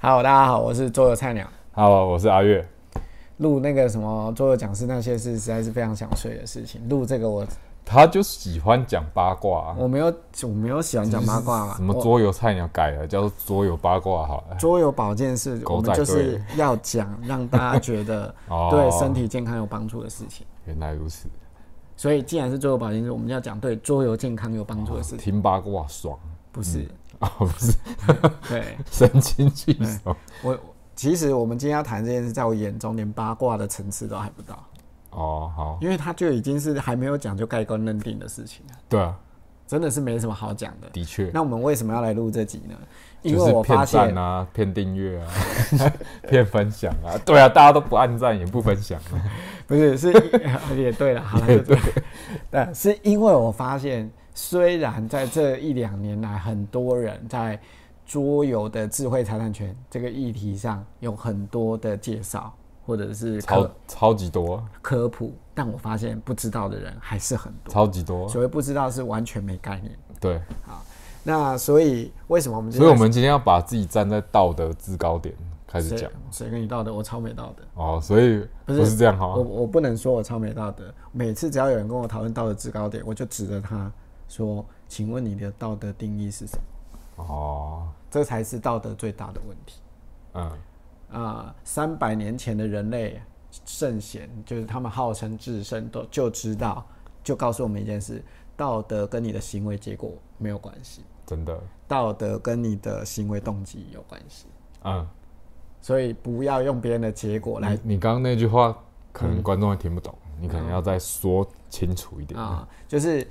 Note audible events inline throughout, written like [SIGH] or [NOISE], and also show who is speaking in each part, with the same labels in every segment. Speaker 1: Hello，大家好，我是桌游菜鸟。
Speaker 2: Hello，我是阿月。
Speaker 1: 录那个什么桌游讲师那些是实在是非常想睡的事情。录这个我
Speaker 2: 他就喜欢讲八卦、啊，
Speaker 1: 我没有我没有喜欢讲八卦嘛。
Speaker 2: 什么
Speaker 1: 我
Speaker 2: 桌游菜鸟改了，叫做桌游八卦好了。
Speaker 1: 桌游保健是我
Speaker 2: 狗
Speaker 1: 们
Speaker 2: 仔
Speaker 1: 就是要讲让大家觉得
Speaker 2: [LAUGHS] 哦
Speaker 1: 对身体健康有帮助的事情。
Speaker 2: 原来如此，
Speaker 1: 所以既然是桌游保健，我们要讲对桌游健康有帮助的事情，
Speaker 2: 哦听八卦爽 [LAUGHS]
Speaker 1: 不是？
Speaker 2: 啊，不是
Speaker 1: [LAUGHS] 对
Speaker 2: 神清气爽
Speaker 1: 我其实我们今天要谈这件事，在我眼中连八卦的层次都还不到，
Speaker 2: 哦。好，
Speaker 1: 因为它就已经是还没有讲就盖棺认定的事情了，
Speaker 2: 对啊，
Speaker 1: 真的是没什么好讲的。
Speaker 2: 的确，
Speaker 1: 那我们为什么要来录这集呢？因
Speaker 2: 就
Speaker 1: 为
Speaker 2: 是
Speaker 1: 我发
Speaker 2: 骗
Speaker 1: 现
Speaker 2: 赞啊，骗订阅啊， [LAUGHS] 骗分享啊，对啊，大家都不按赞也不分享啊、
Speaker 1: 不是是 [LAUGHS] 也对了，好了， [LAUGHS]
Speaker 2: [LAUGHS]
Speaker 1: 就对，但是因为我发现，虽然在这一两年来，很多人在桌游的智慧财产权这个议题上有很多的介绍或者是
Speaker 2: 超
Speaker 1: 科
Speaker 2: 超级多，啊
Speaker 1: 科普，但我发现不知道的人还是很多。
Speaker 2: 超级多，啊
Speaker 1: 所谓不知道是完全没概念。
Speaker 2: 对，
Speaker 1: 那所以为什么我们今
Speaker 2: 所以
Speaker 1: 天
Speaker 2: 我们今天要把自己站在道德制高点开始
Speaker 1: 谁
Speaker 2: 讲
Speaker 1: 谁跟你道德？我超没道德。
Speaker 2: 哦，所以
Speaker 1: 不
Speaker 2: 不
Speaker 1: 是
Speaker 2: 是这样哈
Speaker 1: 我，我不能说我超没道德。每次只要有人跟我讨论道德制高点，我就指着他说：“请问你的道德定义是什么
Speaker 2: 哦，？”
Speaker 1: 这才是道德最大的问题
Speaker 2: 嗯，
Speaker 1: 啊！三、0百年前的人类圣贤，就是他们号称至圣，都就知道，就告诉我们一件事：道德跟你的行为结果没有关系，
Speaker 2: 真的，
Speaker 1: 道德跟你的行为动机有关系。
Speaker 2: 嗯。
Speaker 1: 所以不要用别人的结果来
Speaker 2: 你刚刚那句话，可能观众会听不懂，
Speaker 1: 嗯
Speaker 2: 你可能要再说清楚一点。
Speaker 1: 啊、就是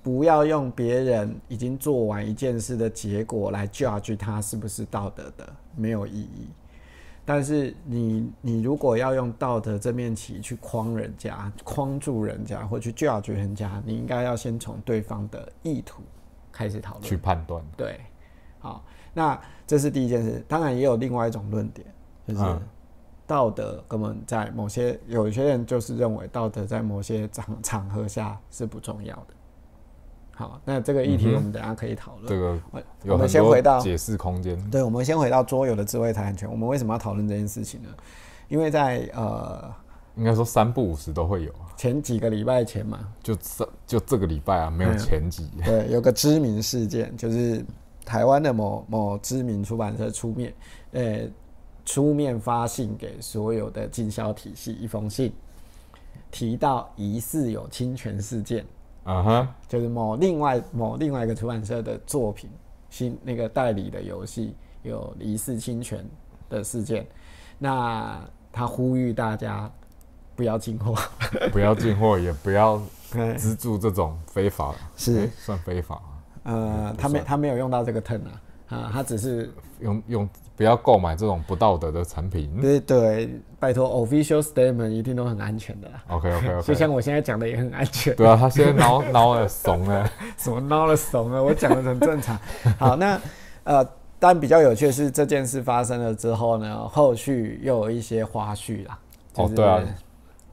Speaker 1: 不要用别人已经做完一件事的结果来 judge 他是不是道德的，没有意义。但是你你如果要用道德这面旗去框人家、框住人家或去 judge 人家，你应该要先从对方的意图开始讨论
Speaker 2: 去。判断，
Speaker 1: 对，好，那这是第一件事。当然也有另外一种论点，就是
Speaker 2: 嗯
Speaker 1: 道德根本在某些有一些人就是认为道德在某些场场合下是不重要的。好，那这个议题我们等一下可以讨论。
Speaker 2: 这个
Speaker 1: 嗯我我
Speaker 2: 有
Speaker 1: 们
Speaker 2: 很
Speaker 1: 先回到
Speaker 2: 多解释空间。
Speaker 1: 对，我们先回到桌游的智慧财产权。我们为什么要讨论这件事情呢？因为在呃
Speaker 2: 应该说三不五十都会有啊，
Speaker 1: 前几个礼拜前嘛，
Speaker 2: 就这就这个礼拜啊，没有前几。
Speaker 1: 对，有个知名事件，就是台湾的某某知名出版社出面，呃，出面发信给所有的经销体系一封信，提到疑似有侵权事件，
Speaker 2: 嗯哼，
Speaker 1: [LAUGHS] 就是某另外某另外一个出版社的作品，新那个代理的游戏有疑似侵权的事件，那他呼吁大家不要进货，哎
Speaker 2: 不要进货，也不要资助这种非法，
Speaker 1: 是
Speaker 2: 诶算非法啊，
Speaker 1: 呃，他没他没有用到这个 turn 啊，啊，他只是
Speaker 2: 用用不要购买这种不道德的产品。
Speaker 1: 对对，拜托，official statement 一定都很安全的啦。
Speaker 2: OK OK
Speaker 1: 就
Speaker 2: OK。
Speaker 1: 像我现在讲的也很安全，
Speaker 2: 对啊，他现在挠挠了，怂了。
Speaker 1: 什么孬了怂了，我讲的很正常。 [LAUGHS] 好，那呃，但比较有趣的是这件事发生了之后呢，后续又有一些花絮啦。就
Speaker 2: 哦
Speaker 1: 是、
Speaker 2: 对啊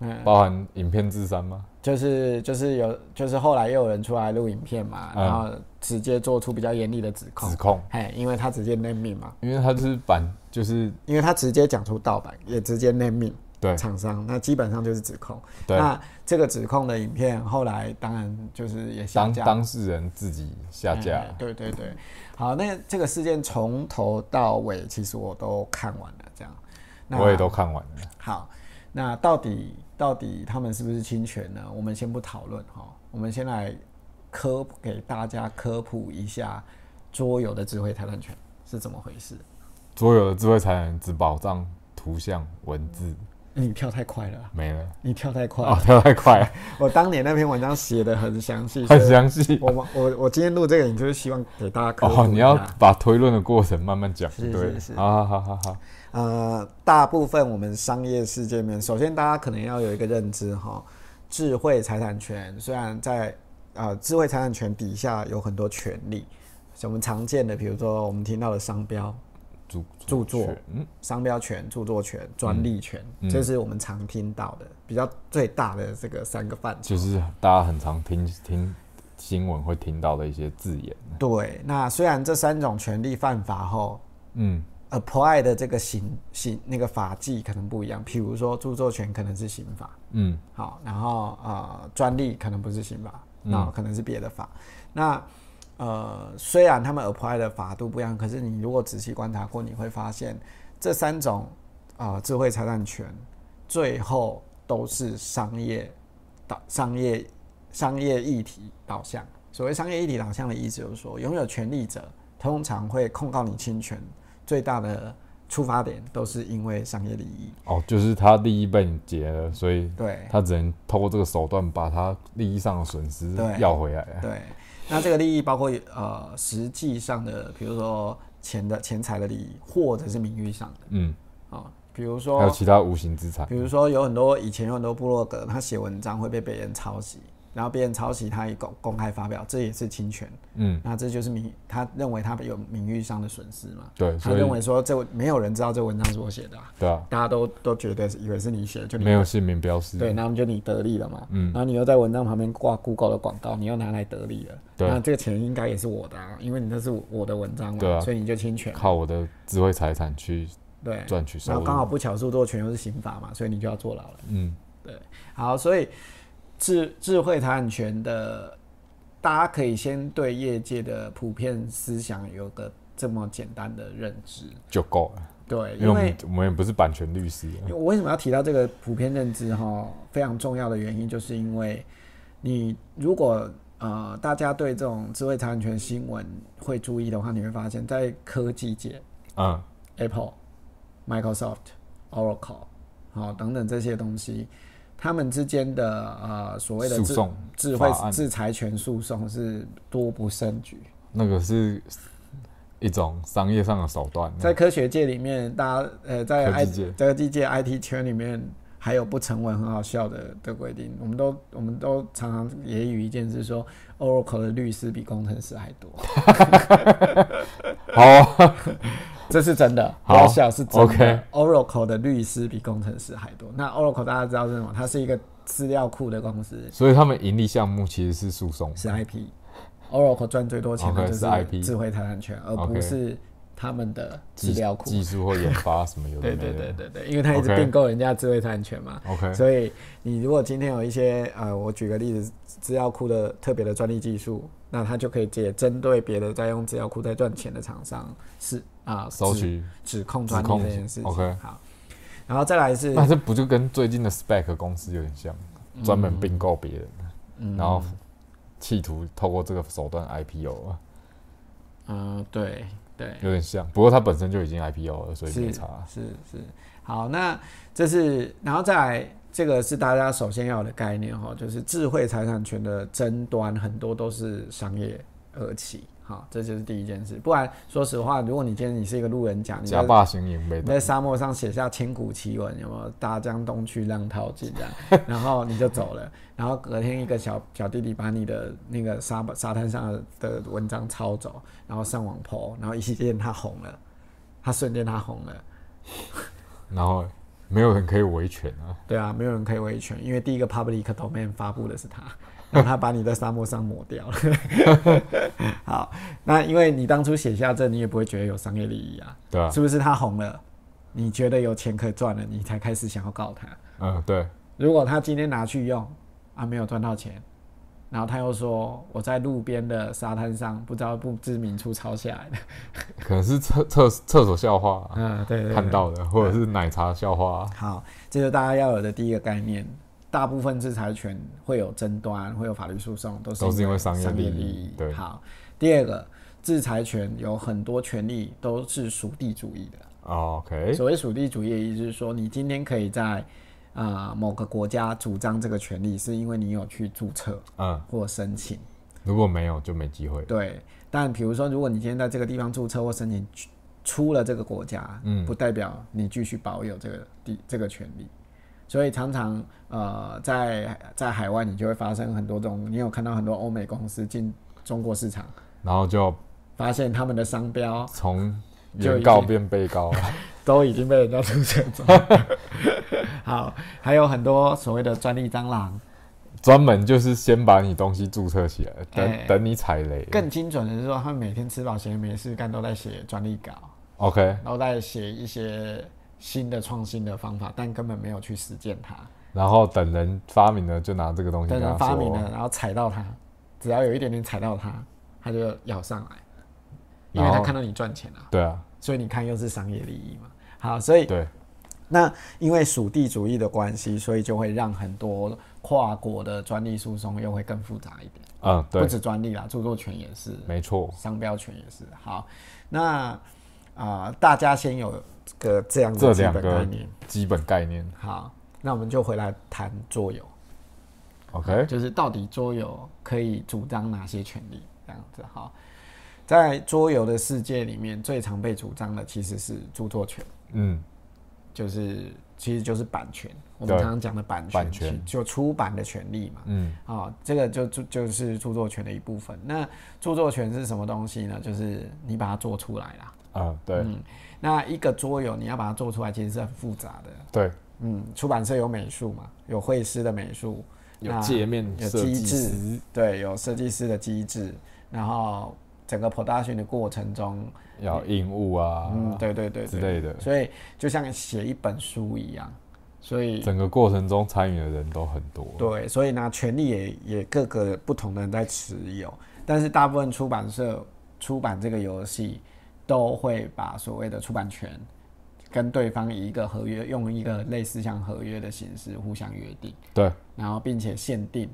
Speaker 1: 嗯，
Speaker 2: 包含影片智商吗？
Speaker 1: 就是就是有就是后来又有人出来录影片嘛，
Speaker 2: 嗯
Speaker 1: 然后直接做出比较严厉的指控
Speaker 2: 指，控，
Speaker 1: 哎，因为他直接 name 命嘛，
Speaker 2: 因为他就是版，就是
Speaker 1: 因为他直接讲出盗版，也直接 name 命。
Speaker 2: 对
Speaker 1: 厂商，那基本上就是指控。
Speaker 2: 对
Speaker 1: 那这个指控的影片后来当然就是也下
Speaker 2: 当
Speaker 1: 架，
Speaker 2: 当事人自己下
Speaker 1: 嗯
Speaker 2: 架。
Speaker 1: 对对对，好，那这个事件从头到尾其实我都看完了，这样。嗯那
Speaker 2: 我也都看完了。
Speaker 1: 好，那到底到底他们是不是侵权呢？我们先不讨论哈，我们先来科普给大家科普一下桌游的智慧财产权是怎么回事。
Speaker 2: 所有的智慧财产只保障图像、文字，
Speaker 1: 哎你跳太快了，啊
Speaker 2: 没了。
Speaker 1: 你跳太快了。
Speaker 2: 哦，跳太
Speaker 1: [LAUGHS]
Speaker 2: 快了，
Speaker 1: 我当年那篇文章写的很详细，所
Speaker 2: 很
Speaker 1: 以
Speaker 2: 详细。
Speaker 1: 我们我我今天录这个，你就是希望给大家科普
Speaker 2: 哦，
Speaker 1: 一
Speaker 2: 你要
Speaker 1: 下
Speaker 2: 把推论的过程慢慢讲，
Speaker 1: 是
Speaker 2: 对
Speaker 1: 是是
Speaker 2: 好好好好好，
Speaker 1: 呃，大部分我们商业世界里面，首先大家可能要有一个认知哈，智慧财产权虽然在呃智慧财产权底下有很多权利，像我们常见的，比如说我们听到的商标、
Speaker 2: 著
Speaker 1: 著作
Speaker 2: 权嗯，
Speaker 1: 商标权、著作权、专利权，
Speaker 2: 嗯
Speaker 1: 这是我们常听到的比较最大的这个三个范畴。
Speaker 2: 就是大家很常听听新闻会听到的一些字眼。
Speaker 1: 对，那虽然这三种权利犯法后，
Speaker 2: 嗯，
Speaker 1: apply 的这个刑刑那个法纪可能不一样，比如说著作权可能是刑法，
Speaker 2: 嗯
Speaker 1: 好，然后呃专利可能不是刑法，那、可能是别的法。那呃虽然他们 apply 的法度不一样，可是你如果仔细观察过，你会发现这三种呃智慧财产权最后都是商业导商业商业议题导向。所谓商业议题导向的意思就是说，拥有权利者通常会控告你侵权，最大的出发点都是因为商业利益。
Speaker 2: 哦，就是他利益被你劫了，所以
Speaker 1: 对，
Speaker 2: 他只能透过这个手段把他利益上的损失
Speaker 1: 对
Speaker 2: 要回来。
Speaker 1: 对，那这个利益包括呃实际上的，比如说钱的钱财的利益，或者是名誉上的
Speaker 2: 嗯，
Speaker 1: 啊、比如
Speaker 2: 还有
Speaker 1: 说，
Speaker 2: 其他无形资产
Speaker 1: 比。如说有很多以前有很多部落格，他写文章会被别人抄袭，然后别人抄袭他也公公开发表，这也是侵权，
Speaker 2: 嗯，
Speaker 1: 那这就是名他认为他有名誉上的损失嘛。
Speaker 2: 对，
Speaker 1: 他
Speaker 2: 所
Speaker 1: 认
Speaker 2: 以
Speaker 1: 为说这没有人知道这文章是我写的、啊，
Speaker 2: 对啊，
Speaker 1: 大家都都觉得是以为是你写的，就你
Speaker 2: 没有姓名标
Speaker 1: 对，
Speaker 2: 示。
Speaker 1: 那我们就你得利了嘛。
Speaker 2: 嗯
Speaker 1: 然后你又在文章旁边挂 Google 的广告，你又拿来得利了。
Speaker 2: 对
Speaker 1: 那这个钱应该也是我的啊，因为你那是我的文章嘛，
Speaker 2: 对啊
Speaker 1: 所以你就侵权。
Speaker 2: 靠我的智慧财产去
Speaker 1: 对，
Speaker 2: 赚取
Speaker 1: 然
Speaker 2: 收
Speaker 1: 后刚好
Speaker 2: 入。
Speaker 1: 不巧著作权又是刑法嘛，所以你就要坐牢了。
Speaker 2: 嗯，
Speaker 1: 好，所以智智慧财产权的，大家可以先对业界的普遍思想有个这么简单的认知。
Speaker 2: 就够了，
Speaker 1: 对，
Speaker 2: 因
Speaker 1: 因
Speaker 2: 为我
Speaker 1: 为
Speaker 2: 们我们也不是版权律师啊。
Speaker 1: 因为我为什么要提到这个普遍认知哈？非常重要的原因，就是因为你如果呃大家对这种智慧财产权新闻会注意的话，你会发现在科技界
Speaker 2: 嗯，
Speaker 1: ，Apple、Microsoft、Oracle 好、等等这些东西，他们之间的呃所谓的
Speaker 2: 诉
Speaker 1: 智
Speaker 2: 讼
Speaker 1: 智
Speaker 2: 法
Speaker 1: 慧
Speaker 2: 案
Speaker 1: 制裁权诉讼是多不胜举。
Speaker 2: 那个是一种商业上的手段。
Speaker 1: 在科学界里面，大家呃，在
Speaker 2: 科
Speaker 1: I
Speaker 2: 技界
Speaker 1: 科技界 IT 圈里面，还有不成文很好笑的的规定。我们都我们都常常揶揄一件事说，Oracle 的律师比工程师还多，
Speaker 2: 好 [LAUGHS] 啊，
Speaker 1: 这是真的，不
Speaker 2: 好
Speaker 1: 要笑是真的。
Speaker 2: OK
Speaker 1: Oracle 的律师比工程师还多。那 Oracle 大家知道是什么？它是一个资料库的公司，
Speaker 2: 所以他们盈利项目其实是诉讼。
Speaker 1: 是啊 IP。Oracle 赚最多钱的
Speaker 2: OK，
Speaker 1: 就是
Speaker 2: IP
Speaker 1: 智慧财产权，而不
Speaker 2: OK
Speaker 1: 是他们的资
Speaker 2: 技
Speaker 1: 料库。
Speaker 2: 技术或研发什么
Speaker 1: [LAUGHS]
Speaker 2: 有的
Speaker 1: 对
Speaker 2: 没的。
Speaker 1: 对对对对，因为他一直
Speaker 2: OK 哦
Speaker 1: 并购人家智慧财产权嘛。
Speaker 2: OK，
Speaker 1: 所以你如果今天有一些呃，我举个例子，资料库的特别的专利技术，那它就可以解针对别的在用资料库在赚钱的厂商是啊，
Speaker 2: 收
Speaker 1: 指
Speaker 2: 取，
Speaker 1: 指控专利
Speaker 2: 指控
Speaker 1: 这件事情。
Speaker 2: OK
Speaker 1: 好，然后再来是
Speaker 2: 那这不就跟最近的 Spec 公司有点像，专门
Speaker 1: 嗯
Speaker 2: 并购别人，然后企图透过这个手段 IPO，啊
Speaker 1: 嗯、对对
Speaker 2: 有点像。不过它本身就已经 IPO 了，所以
Speaker 1: 是
Speaker 2: 没差。
Speaker 1: 是是，好，那这是然后再来。这个是大家首先要有的概念哈，就是智慧财产权的争端很多都是商业而起，好，这就是第一件事。不然说实话，如果你今天你是一个路人甲，你在
Speaker 2: 假霸行营没
Speaker 1: 你
Speaker 2: 得
Speaker 1: 在沙漠上写下千古奇闻，有没有？大江东去，浪淘尽，这样，然后你就走了。然后隔天，一个小小弟弟把你的那个沙沙滩上的文章抄走，然后上网 PO，然后一时间他红了，他瞬间他红了。
Speaker 2: 然后没有人可以维权啊。
Speaker 1: 对啊，没有人可以维权，因为第一个 public domain 发布的是他，然后他把你在沙漠上抹掉了。 [LAUGHS] 好，那因为你当初写下这，你也不会觉得有商业利益啊，
Speaker 2: 对啊，
Speaker 1: 是不是？他红了，你觉得有钱可赚了，你才开始想要告他。
Speaker 2: 嗯，对，
Speaker 1: 如果他今天拿去用啊，没有赚到钱，然后他又说我在路边的沙滩上不知道不知名处抄下 [LAUGHS] 来的，
Speaker 2: 可能是厕厕厕所笑话啊、
Speaker 1: 嗯，对对
Speaker 2: 看。到的，或者是奶茶笑话啊、
Speaker 1: 好，这就是大家要有的第一个概念。大部分制裁权会有争端，会有法律诉讼，都是
Speaker 2: 都是因为商业
Speaker 1: 商业
Speaker 2: 利益
Speaker 1: 益。
Speaker 2: 对
Speaker 1: 好，第二个，制裁权有很多权利都是属地主义的。
Speaker 2: 哦 OK，
Speaker 1: 所谓属地主义的意思是说，你今天可以在啊、呃某个国家主张这个权利，是因为你有去注册
Speaker 2: 嗯，
Speaker 1: 或申请。
Speaker 2: 如果没有就没机会。
Speaker 1: 对，但比如说，如果你今天在这个地方注册或申请出出了这个国家，
Speaker 2: 嗯
Speaker 1: 不代表你继续保有这个地这个权利。所以常常呃，在在海外你就会发生很多这种，你有看到很多欧美公司进中国市场，
Speaker 2: 然后就
Speaker 1: 发现他们的商标
Speaker 2: 从
Speaker 1: 就已
Speaker 2: 原告
Speaker 1: 经
Speaker 2: 变被告啊，
Speaker 1: [LAUGHS] 都已经被人家注册走了。 [LAUGHS] 好，还有很多所谓的专利蟑螂，
Speaker 2: 专门就是先把你东西注册起来，等、
Speaker 1: 哎
Speaker 2: 等你踩雷。
Speaker 1: 更精准的是说，他们每天吃饱闲没事干都在写专利稿，
Speaker 2: OK，
Speaker 1: 然后再写一些新的创新的方法，但根本没有去实践它。
Speaker 2: 然后等人发明了就拿这个东西
Speaker 1: 等
Speaker 2: 跟
Speaker 1: 人
Speaker 2: 他
Speaker 1: 发明
Speaker 2: 说
Speaker 1: 了，，然后踩到它，只要有一点点踩到它，它就咬上来，因为
Speaker 2: 然
Speaker 1: 它
Speaker 2: 后
Speaker 1: 看到你赚钱啊，
Speaker 2: 对啊，
Speaker 1: 所以你看又是商业利益嘛。好，所以
Speaker 2: 对，
Speaker 1: 那因为属地主义的关系，所以就会让很多跨国的专利诉讼又会更复杂一点，
Speaker 2: 嗯，
Speaker 1: 不
Speaker 2: 对，
Speaker 1: 止专利啦，著作权也是，
Speaker 2: 没错，
Speaker 1: 商标权也是。好，那啊、大家先有这个这样
Speaker 2: 这
Speaker 1: 的基
Speaker 2: 两
Speaker 1: 本概
Speaker 2: 个
Speaker 1: 念。
Speaker 2: 基本概念
Speaker 1: 好，那我们就回来谈桌游，
Speaker 2: ，OK，
Speaker 1: 就是到底桌游可以主张哪些权利？这样子好，在桌游的世界里面，最常被主张的其实是著作权。
Speaker 2: 嗯，
Speaker 1: 就是其实就是版权，我们
Speaker 2: 对
Speaker 1: 常常讲的版权，
Speaker 2: 版权
Speaker 1: 就出版的权利嘛。
Speaker 2: 嗯，
Speaker 1: 啊、这个就就就是著作权的一部分。那著作权是什么东西呢？就是你把它做出来啦。
Speaker 2: 啊，对，
Speaker 1: 嗯那一个桌游你要把它做出来，其实是很复杂的。
Speaker 2: 对，
Speaker 1: 嗯，出版社有美术嘛，有绘师的美术，
Speaker 2: 有
Speaker 1: 那
Speaker 2: 界面
Speaker 1: 啊有
Speaker 2: 设
Speaker 1: 机
Speaker 2: 计
Speaker 1: 制
Speaker 2: 师
Speaker 1: 对，有设计师的机制，然后整个 production 的过程中，
Speaker 2: 要印物啊
Speaker 1: 嗯，对对对
Speaker 2: 之
Speaker 1: 对，
Speaker 2: 类的，
Speaker 1: 所以就像写一本书一样，所以
Speaker 2: 整个过程中参与的人都很多，
Speaker 1: 对，所以呢，权利也也各个不同的人在持有，但是大部分出版社出版这个游戏，都会把所谓的出版权跟对方以一个合约，用一个类似像合约的形式互相约定，
Speaker 2: 对，
Speaker 1: 然后并且限定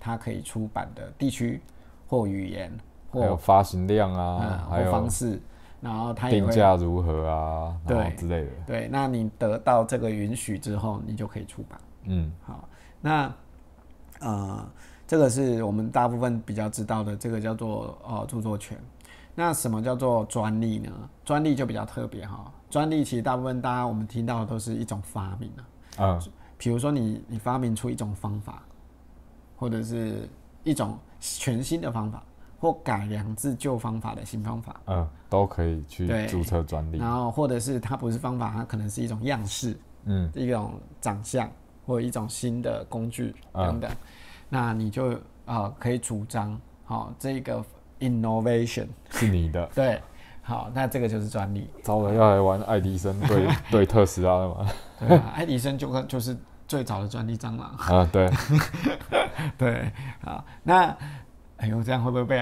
Speaker 1: 它可以出版的地区或语言
Speaker 2: 还有
Speaker 1: 或
Speaker 2: 发行量
Speaker 1: 嗯
Speaker 2: 啊，还
Speaker 1: 或方
Speaker 2: 有
Speaker 1: 式，然后它也
Speaker 2: 定
Speaker 1: 会
Speaker 2: 价如何啊，然后
Speaker 1: 对
Speaker 2: 之类的，
Speaker 1: 对，那你得到这个允许之后，你就可以出版。
Speaker 2: 嗯，
Speaker 1: 好，那呃，这个是我们大部分比较知道的，这个叫做呃著作权。那什么叫做专利呢？专利就比较特别哈，专利其实大部分大家我们听到的都是一种发明啊，
Speaker 2: 嗯，
Speaker 1: 比如说你你发明出一种方法，或者是一种全新的方法，或改良自旧方法的新方法，
Speaker 2: 嗯，都可以去
Speaker 1: 对
Speaker 2: 注册专利，
Speaker 1: 然后或者是它不是方法，它可能是一种样式，
Speaker 2: 嗯，
Speaker 1: 一种长相或一种新的工具
Speaker 2: 嗯
Speaker 1: 等等，那你就啊、呃可以主张好、这个 innovation
Speaker 2: 是你的。
Speaker 1: 对，好，那这个就是专利。
Speaker 2: 糟了，要来玩 [LAUGHS] 爱迪
Speaker 1: [LAUGHS]
Speaker 2: 生对对特斯拉了嘛？
Speaker 1: 对啊，爱迪生就跟就是最早的专利蟑
Speaker 2: [LAUGHS]
Speaker 1: 螂。
Speaker 2: 啊，对，
Speaker 1: 对，好，那哎呦，这样会不会
Speaker 2: [LAUGHS]
Speaker 1: 被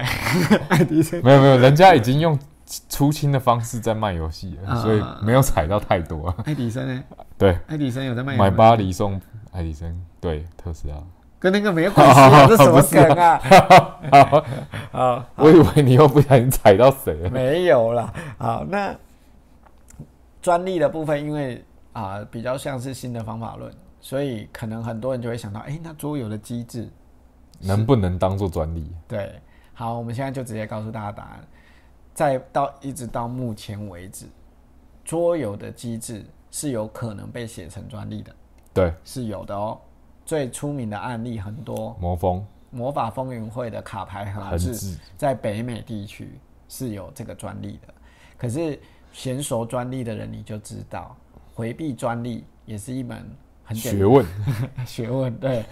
Speaker 1: 爱迪生？
Speaker 2: 没有没有，人家已经用出清的方式在卖游戏了，
Speaker 1: 啊
Speaker 2: 所以没有踩到太多。
Speaker 1: 爱迪生呢？
Speaker 2: 对，
Speaker 1: 爱迪生有在卖啊
Speaker 2: 买
Speaker 1: 吗
Speaker 2: 巴黎送爱迪生，对特斯拉。
Speaker 1: 跟那个没有关系啊，这什么
Speaker 2: [LAUGHS] 不是啊
Speaker 1: 梗啊？ [LAUGHS] 好，
Speaker 2: 我以为你又不小心踩到谁 [LAUGHS] 了。
Speaker 1: 没有啦。好，那专利的部分，因为啊、比较像是新的方法论，所以可能很多人就会想到，哎、那桌游的机制，
Speaker 2: 能不能当做专利？
Speaker 1: 对，好，我们现在就直接告诉大家答案。再到一直到目前为止，桌游的机制是有可能被写成专利的，
Speaker 2: 对，
Speaker 1: 是有的哦。最出名的案例很多，
Speaker 2: 魔方
Speaker 1: 魔法风云会的卡牌
Speaker 2: 很
Speaker 1: 盒制
Speaker 2: 制，
Speaker 1: 在北美地区是有这个专利的。可是娴熟专利的人，你就知道，回避专利也是一门很简
Speaker 2: 学问，
Speaker 1: 单学问。对，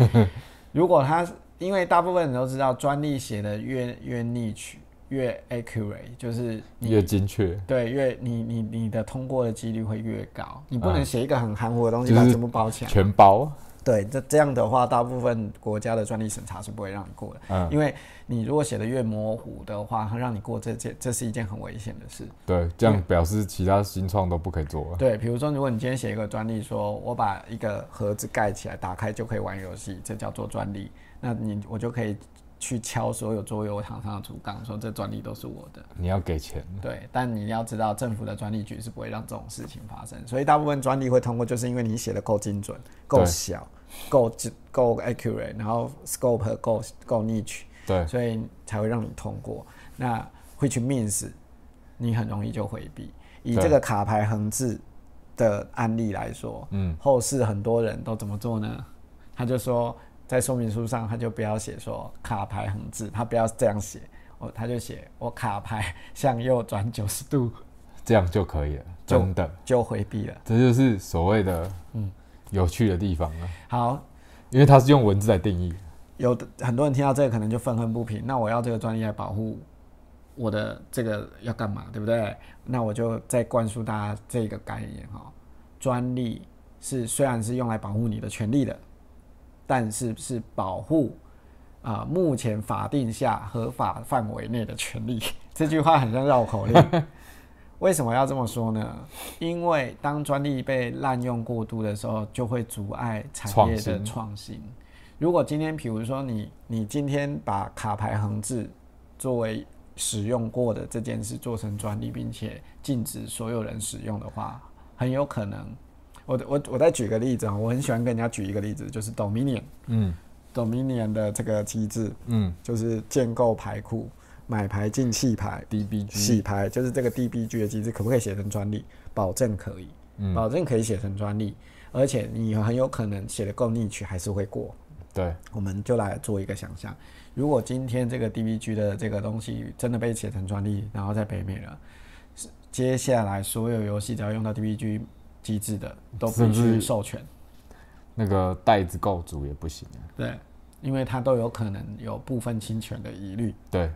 Speaker 1: 如果他因为大部分人都知道，专利写的越越 niche 越 accurate，就是你
Speaker 2: 越精确，
Speaker 1: 对越你你你的通过的几率会越高。你不能
Speaker 2: 嗯
Speaker 1: 写一个很含糊的东西
Speaker 2: 就
Speaker 1: 把它
Speaker 2: 是
Speaker 1: 全部包起来。
Speaker 2: 全包。啊
Speaker 1: 对，这这样的话，大部分国家的专利审查是不会让你过的。
Speaker 2: 嗯，
Speaker 1: 因为你如果写的越模糊的话，它让你过这件，这是一件很危险的事。
Speaker 2: 对，这
Speaker 1: 嗯
Speaker 2: 样表示其他新创都不可以做了。
Speaker 1: 对，比如说，如果你今天写一个专利说，我把一个盒子盖起来，打开就可以玩游戏，这叫做专利。那你我就可以去敲所有桌游厂商的竹杠，说这专利都是我的。
Speaker 2: 你要给钱，
Speaker 1: 对，但你要知道，政府的专利局是不会让这种事情发生，所以大部分专利会通过，就是因为你写的够精准、够
Speaker 2: 对
Speaker 1: 小、够够 accurate，然后 scope 够够 niche。
Speaker 2: 对，
Speaker 1: 所以才会让你通过。那会去 means，你很容易就回避。以
Speaker 2: 对
Speaker 1: 这个卡牌横置的案例来说，
Speaker 2: 嗯，
Speaker 1: 后世很多人都怎么做呢？他就说，在说明书上他就不要写说卡牌横置，他不要这样写，我他就写我卡牌向右转九十度
Speaker 2: 这样就可以了，
Speaker 1: 就嗯
Speaker 2: 真的。
Speaker 1: 就回避了。
Speaker 2: 这就是所谓的有趣的地方了，
Speaker 1: 好，
Speaker 2: 因为它是用文字来定义。
Speaker 1: 有的很多人听到这个可能就愤恨不平，那我要这个专利来保护我的这个要干嘛，对不对？那我就再灌输大家这个概念哈、专利是虽然是用来保护你的权利的，但是是保护啊、目前法定下合法范围内的权利。 [LAUGHS] 这句话很像绕口令。
Speaker 2: [LAUGHS]
Speaker 1: 为什么要这么说呢？因为当专利被滥用过度的时候，就会阻碍产业的
Speaker 2: 创新
Speaker 1: 创新。如果今天，比如说你你今天把卡牌横置作为使用过的这件事做成专利，并且禁止所有人使用的话，很有可能，我我我再举个例子啊，我很喜欢跟人家举一个例子，就是 Dominion
Speaker 2: 嗯
Speaker 1: Dominion 的这个机制，
Speaker 2: 嗯
Speaker 1: 就是建构牌库、买牌进弃牌、洗
Speaker 2: ，DBG，
Speaker 1: 牌，就是这个 DBG 的机制，可不可以写成专利？保证可以，
Speaker 2: 嗯，
Speaker 1: 保证可以写成专利，而且你很有可能写的够 niche 还是会过。
Speaker 2: 对，
Speaker 1: 我们就来做一个想象：如果今天这个 DBG 的这个东西真的被写成专利，然后在北美了，是接下来所有游戏只要用到 DBG 机制的，都必
Speaker 2: 甚
Speaker 1: 须
Speaker 2: 至
Speaker 1: 授权。
Speaker 2: 那个袋子构筑也不行啊，
Speaker 1: 对，因为它都有可能有部分侵权的疑虑，
Speaker 2: 对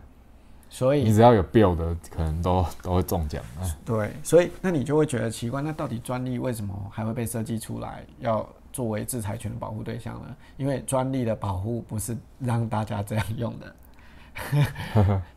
Speaker 1: 所以
Speaker 2: 你只要有 build 的，可能都都会中奖啊。
Speaker 1: 对，所以那你就会觉得奇怪，那到底专利为什么还会被设计出来，要作为制裁权的保护对象呢？因为专利的保护不是让大家这样用的，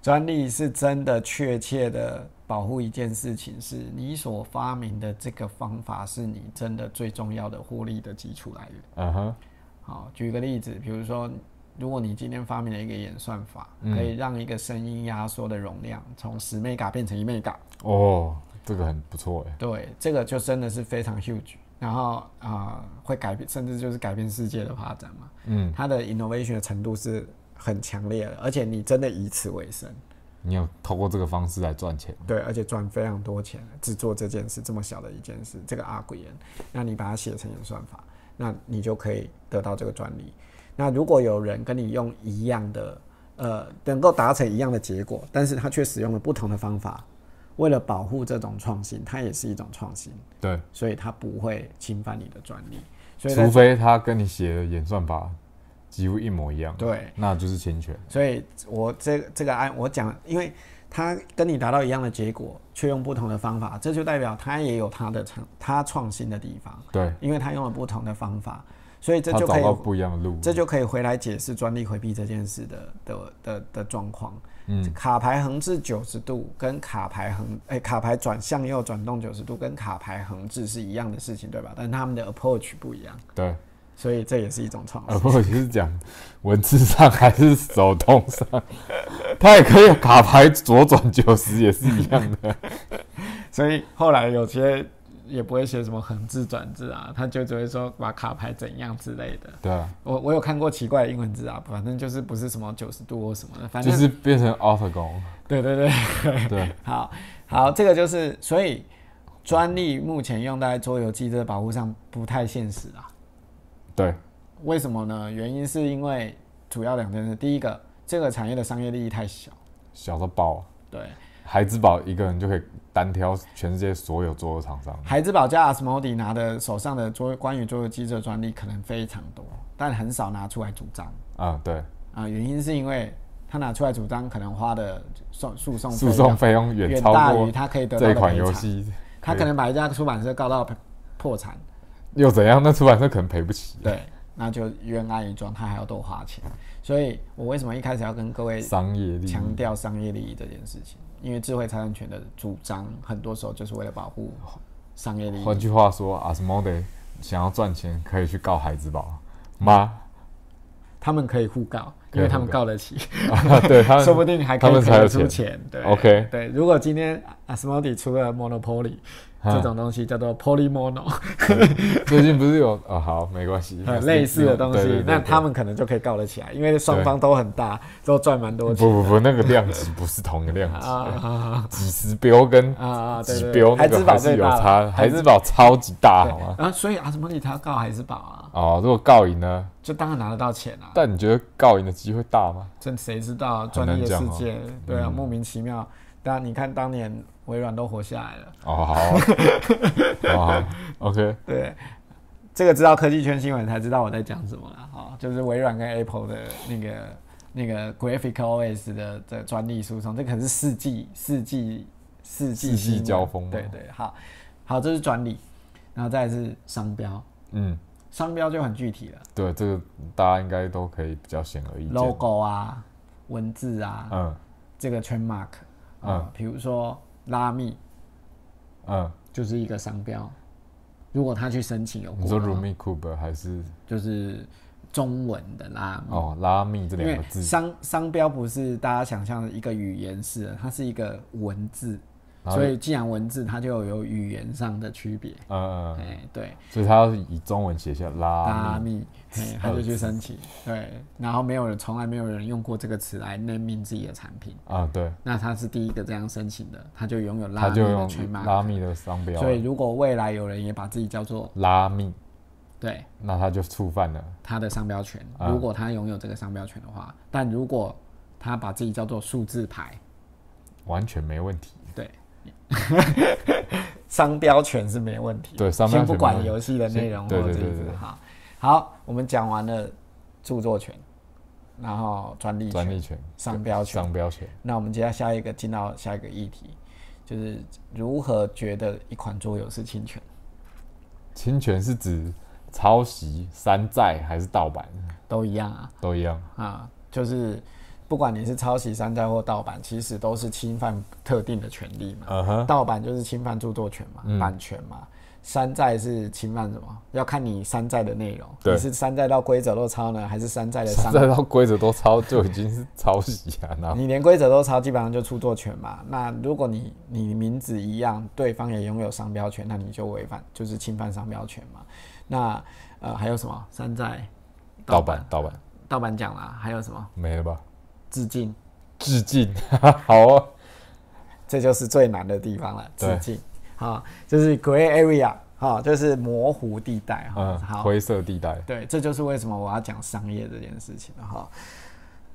Speaker 1: 专利是真的确切的保护一件事情，是你所发明的这个方法是你真的最重要的获利的基础来源。
Speaker 2: 嗯哼，
Speaker 1: 好，举个例子，比如说，如果你今天发明了一个演算法，
Speaker 2: 嗯
Speaker 1: 可以让一个声音压缩的容量从十 mega 变成一 mega。
Speaker 2: 哦，这个很不错哎。
Speaker 1: 对，这个就真的是非常 huge，然后啊、呃会改变，甚至就是改变世界的发展嘛。
Speaker 2: 嗯，
Speaker 1: 它的 innovation 的程度是很强烈的，而且你真的以此为生，
Speaker 2: 你有透过这个方式来赚钱，
Speaker 1: 对，而且赚非常多钱，只做这件事这么小的一件事，这个阿贵人，那你把它写成演算法，那你就可以得到这个专利。那如果有人跟你用一样的，呃，能够达成一样的结果，但是他却使用了不同的方法，为了保护这种创新，它也是一种创新。
Speaker 2: 对，
Speaker 1: 所以它不会侵犯你的专利。所以
Speaker 2: 除
Speaker 1: 在
Speaker 2: 非他跟你写的演算法几乎一模一样，，
Speaker 1: 对，
Speaker 2: 那就是侵权。
Speaker 1: 所以我这这个案我讲，因为它跟你达到一样的结果，却用不同的方法，这就代表它也有它的创它创新的地方，
Speaker 2: 对，
Speaker 1: 因为它用了不同的方法，所以这
Speaker 2: 他
Speaker 1: 就
Speaker 2: 找
Speaker 1: 可
Speaker 2: 到
Speaker 1: 以
Speaker 2: 不一样的路，
Speaker 1: 这就可以回来解释专利回避这件事的的的的状况。
Speaker 2: 嗯
Speaker 1: 卡牌横置九十度跟卡牌横哎、卡牌转向右转动九十度跟卡牌横置是一样的事情，对吧？但他们的 approach 不一样，
Speaker 2: 对，所
Speaker 1: 所以这也是一种创新
Speaker 2: 呃，。不过就是讲文字上还是手动上，它也可以卡牌左转九十也是一样的。
Speaker 1: 所以后来有些也不会写什么横置转置啊，他就只会说把卡牌怎样之类的。
Speaker 2: [LAUGHS] 对啊，
Speaker 1: 我我有看过奇怪的英文字啊，反正就是不是什么九十度或什么的，反
Speaker 2: 啊就
Speaker 1: 正、
Speaker 2: 是变成 orthogonal。
Speaker 1: 对对对，
Speaker 2: 对，
Speaker 1: 好好，这个就是所以专利目前用在桌游机制的保护上不太现实啊。
Speaker 2: 对，
Speaker 1: 为什么呢？原因是因为主要两件事，第一个，这个产业的商业利益太小，
Speaker 2: 小到爆啊，
Speaker 1: 对，
Speaker 2: 孩之宝一个人就可以单挑全世界所有桌游厂商。
Speaker 1: 孩之宝加 Asmodee 拿的手上的桌关于桌游机制的专利可能非常多，但很少拿出来主张。
Speaker 2: 嗯，对，
Speaker 1: 啊，原因是因为他拿出来主张，可能花的诉诉讼
Speaker 2: 诉讼费用
Speaker 1: 用
Speaker 2: 远
Speaker 1: 远
Speaker 2: 超
Speaker 1: 大于
Speaker 2: 过
Speaker 1: 他可以得到
Speaker 2: 这
Speaker 1: 的
Speaker 2: 一款
Speaker 1: 赔
Speaker 2: 游
Speaker 1: 偿，
Speaker 2: 戏，
Speaker 1: 他可能把一家出版社告到破产，
Speaker 2: 又怎样？那出版社可能赔不起，
Speaker 1: 对，那就冤案一桩，他还要多花钱。所以我为什么一开始要跟各位
Speaker 2: 商业利益。
Speaker 1: 强调商业利益这件事情？因为智慧财产权的主张，很多时候就是为了保护商业利益。
Speaker 2: 换句话说，Asmode 想要赚钱，可以去告孩之宝
Speaker 1: [LAUGHS]
Speaker 2: 吗？
Speaker 1: 他们可以互告，因为他们告得起，
Speaker 2: 啊对他
Speaker 1: 说
Speaker 2: 们，
Speaker 1: 不定还可以
Speaker 2: 他们才
Speaker 1: 赔
Speaker 2: 有
Speaker 1: 得出
Speaker 2: 钱
Speaker 1: 钱。对
Speaker 2: OK
Speaker 1: 对，如果今天 Asmodee 出了 Monopoly 这种东西，叫做
Speaker 2: [LAUGHS]
Speaker 1: Polymono，
Speaker 2: 最近不是有啊？好，没关系
Speaker 1: 呃，类似的东
Speaker 2: 对对
Speaker 1: 西
Speaker 2: 对，嗯
Speaker 1: 那
Speaker 2: 对
Speaker 1: 他们可能就可以告得起来，因为双方都很大，都赚蛮多钱
Speaker 2: 不不不，那个量级不是同一个量
Speaker 1: 啊
Speaker 2: 级，
Speaker 1: 啊
Speaker 2: 几十标跟
Speaker 1: 啊啊啊！对
Speaker 2: [LAUGHS] 几
Speaker 1: 对对，
Speaker 2: 标那
Speaker 1: 孩之
Speaker 2: 个
Speaker 1: 宝
Speaker 2: 还是
Speaker 1: 最
Speaker 2: 有
Speaker 1: 大
Speaker 2: 差，
Speaker 1: 了，
Speaker 2: 孩之宝超级大，好吗？
Speaker 1: 对啊，所以阿斯莫利他要告孩之宝啊，
Speaker 2: 哦，如果告赢呢？
Speaker 1: 就当然拿得到钱啊。
Speaker 2: 但你觉得告赢的机会大吗？
Speaker 1: 这谁知道专
Speaker 2: 难
Speaker 1: 利的
Speaker 2: 讲
Speaker 1: 世
Speaker 2: 哦
Speaker 1: 界？对啊，莫名其妙。当然，你看当年微软都活下来了。
Speaker 2: 哦，好，好
Speaker 1: [LAUGHS]
Speaker 2: 好，OK，
Speaker 1: 对，这个知道科技圈新闻才知道我在讲什么了哈、哦，就是微软跟 Apple 的那个那个 Graphic OS 的的专利书上，这可能是世纪世纪世纪
Speaker 2: 世纪
Speaker 1: 新闻
Speaker 2: 交锋吗
Speaker 1: 对对，好好，这是专利，然后再来是商标，
Speaker 2: 嗯，
Speaker 1: 商标就很具体了
Speaker 2: 对，这个大家应该都可以比较显而易见。
Speaker 1: ，logo 啊，文字啊，
Speaker 2: 嗯
Speaker 1: 这个圈 mark 啊
Speaker 2: 嗯，
Speaker 1: 比如说拉密
Speaker 2: 嗯，
Speaker 1: 就是一个商标，如果他去申请有
Speaker 2: 你说
Speaker 1: 国
Speaker 2: Rumi Cooper 还是
Speaker 1: 就是中文的拉密。
Speaker 2: 哦拉密这
Speaker 1: 因
Speaker 2: 两
Speaker 1: 为
Speaker 2: 个字，
Speaker 1: 商商标不是大家想象的一个语言式的，它是一个文字，
Speaker 2: 然后
Speaker 1: 所以既然文字，它就有语言上的区别。
Speaker 2: 嗯，啊嗯
Speaker 1: 哎，对，
Speaker 2: 所以他要以中文写下拉
Speaker 1: 拉
Speaker 2: 密，
Speaker 1: 密，
Speaker 2: [LAUGHS]
Speaker 1: 哎，他就去申请，对，然后没有人，从来没有人用过这个词来命名自己的产品，
Speaker 2: 啊，对，
Speaker 1: 那他是第一个这样申请的，他就拥有拉
Speaker 2: 他
Speaker 1: 密
Speaker 2: 就
Speaker 1: 的
Speaker 2: 用
Speaker 1: 权嘛。
Speaker 2: 拉密的商标啊
Speaker 1: 所，以如果未来有人也把自己叫做
Speaker 2: 拉密，
Speaker 1: 对
Speaker 2: 那他就触犯了
Speaker 1: 他的商标权，
Speaker 2: 啊
Speaker 1: 如果他拥有这个商标权的话，但如果他把自己叫做数字牌，
Speaker 2: 完全没问题。
Speaker 1: 对，商标权是没问题的。
Speaker 2: 对商
Speaker 1: 先
Speaker 2: 标权
Speaker 1: 不管
Speaker 2: 没问题
Speaker 1: 游戏的内容或
Speaker 2: 先对
Speaker 1: 者
Speaker 2: 对
Speaker 1: 这
Speaker 2: 对
Speaker 1: 一
Speaker 2: 对对
Speaker 1: 好，好，我们讲完了著作权，然后专利
Speaker 2: 专
Speaker 1: 权、
Speaker 2: 利权、
Speaker 1: 商标权。
Speaker 2: 商标权，
Speaker 1: 那我们接下来下一个进到下一个议题，就是如何觉得一款桌游是侵权？
Speaker 2: 侵权是指抄袭、山寨还是盗版，
Speaker 1: 都一样啊
Speaker 2: 都一样。
Speaker 1: 啊，就是不管你是抄袭、山寨或盗版，其实都是侵犯特定的权利嘛。
Speaker 2: 嗯 [LAUGHS] 哼，
Speaker 1: 盗版就是侵犯著作权嘛，
Speaker 2: 嗯
Speaker 1: 版权嘛。山寨是侵犯什么？要看你山寨的内容，
Speaker 2: 对
Speaker 1: 你是山寨到规则都抄呢，还是山寨的商？
Speaker 2: 再到规则都抄就已经是抄袭啊，然后
Speaker 1: 你连规则都抄，基本上就著作权嘛。那如果你你名字一样，对方也拥有商标权，那你就违反，就是侵犯商标权嘛。那呃还有什么山寨、
Speaker 2: 盗版、盗版
Speaker 1: 盗版奖啦，还有什么
Speaker 2: 没了吧？
Speaker 1: 致敬，
Speaker 2: 致敬， [LAUGHS] 好哦，
Speaker 1: 这就是最难的地方了，致
Speaker 2: 对
Speaker 1: 敬啊，就是 gray area 啊，就是模糊地带哈、
Speaker 2: 嗯，
Speaker 1: 好，
Speaker 2: 灰色地带，
Speaker 1: 对，这就是为什么我要讲商业这件事情了哈。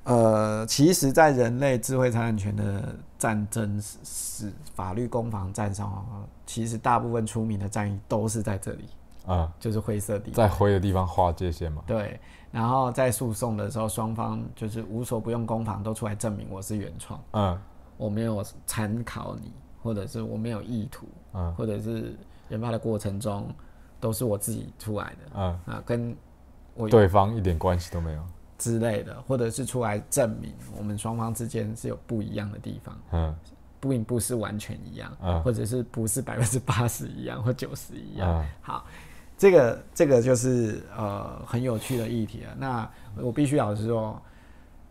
Speaker 1: 呃，其实，在人类智慧财产权的战争史、史法律攻防战上，哦其实大部分出名的战役都是在这里，
Speaker 2: 嗯，
Speaker 1: 就是灰色地带。
Speaker 2: 在灰的地方画界限嘛，
Speaker 1: 对，然后在诉讼的时候，双方就是无所不用攻防，都出来证明我是原创，
Speaker 2: 嗯
Speaker 1: 我没有参考你，或者是我没有意图，
Speaker 2: 嗯
Speaker 1: 或者是研发的过程中都是我自己出来
Speaker 2: 嗯，
Speaker 1: 的啊，跟我
Speaker 2: 对方一点关系都没有，
Speaker 1: 之类的，或者是出来证明我们双方之间是有不一样的地方，
Speaker 2: 嗯
Speaker 1: 并不是完全一样，
Speaker 2: 嗯
Speaker 1: 或者是不是百分之八十一样或九十一样。
Speaker 2: 嗯
Speaker 1: 好，这个这个就是呃很有趣的议题了。那我必须老实说，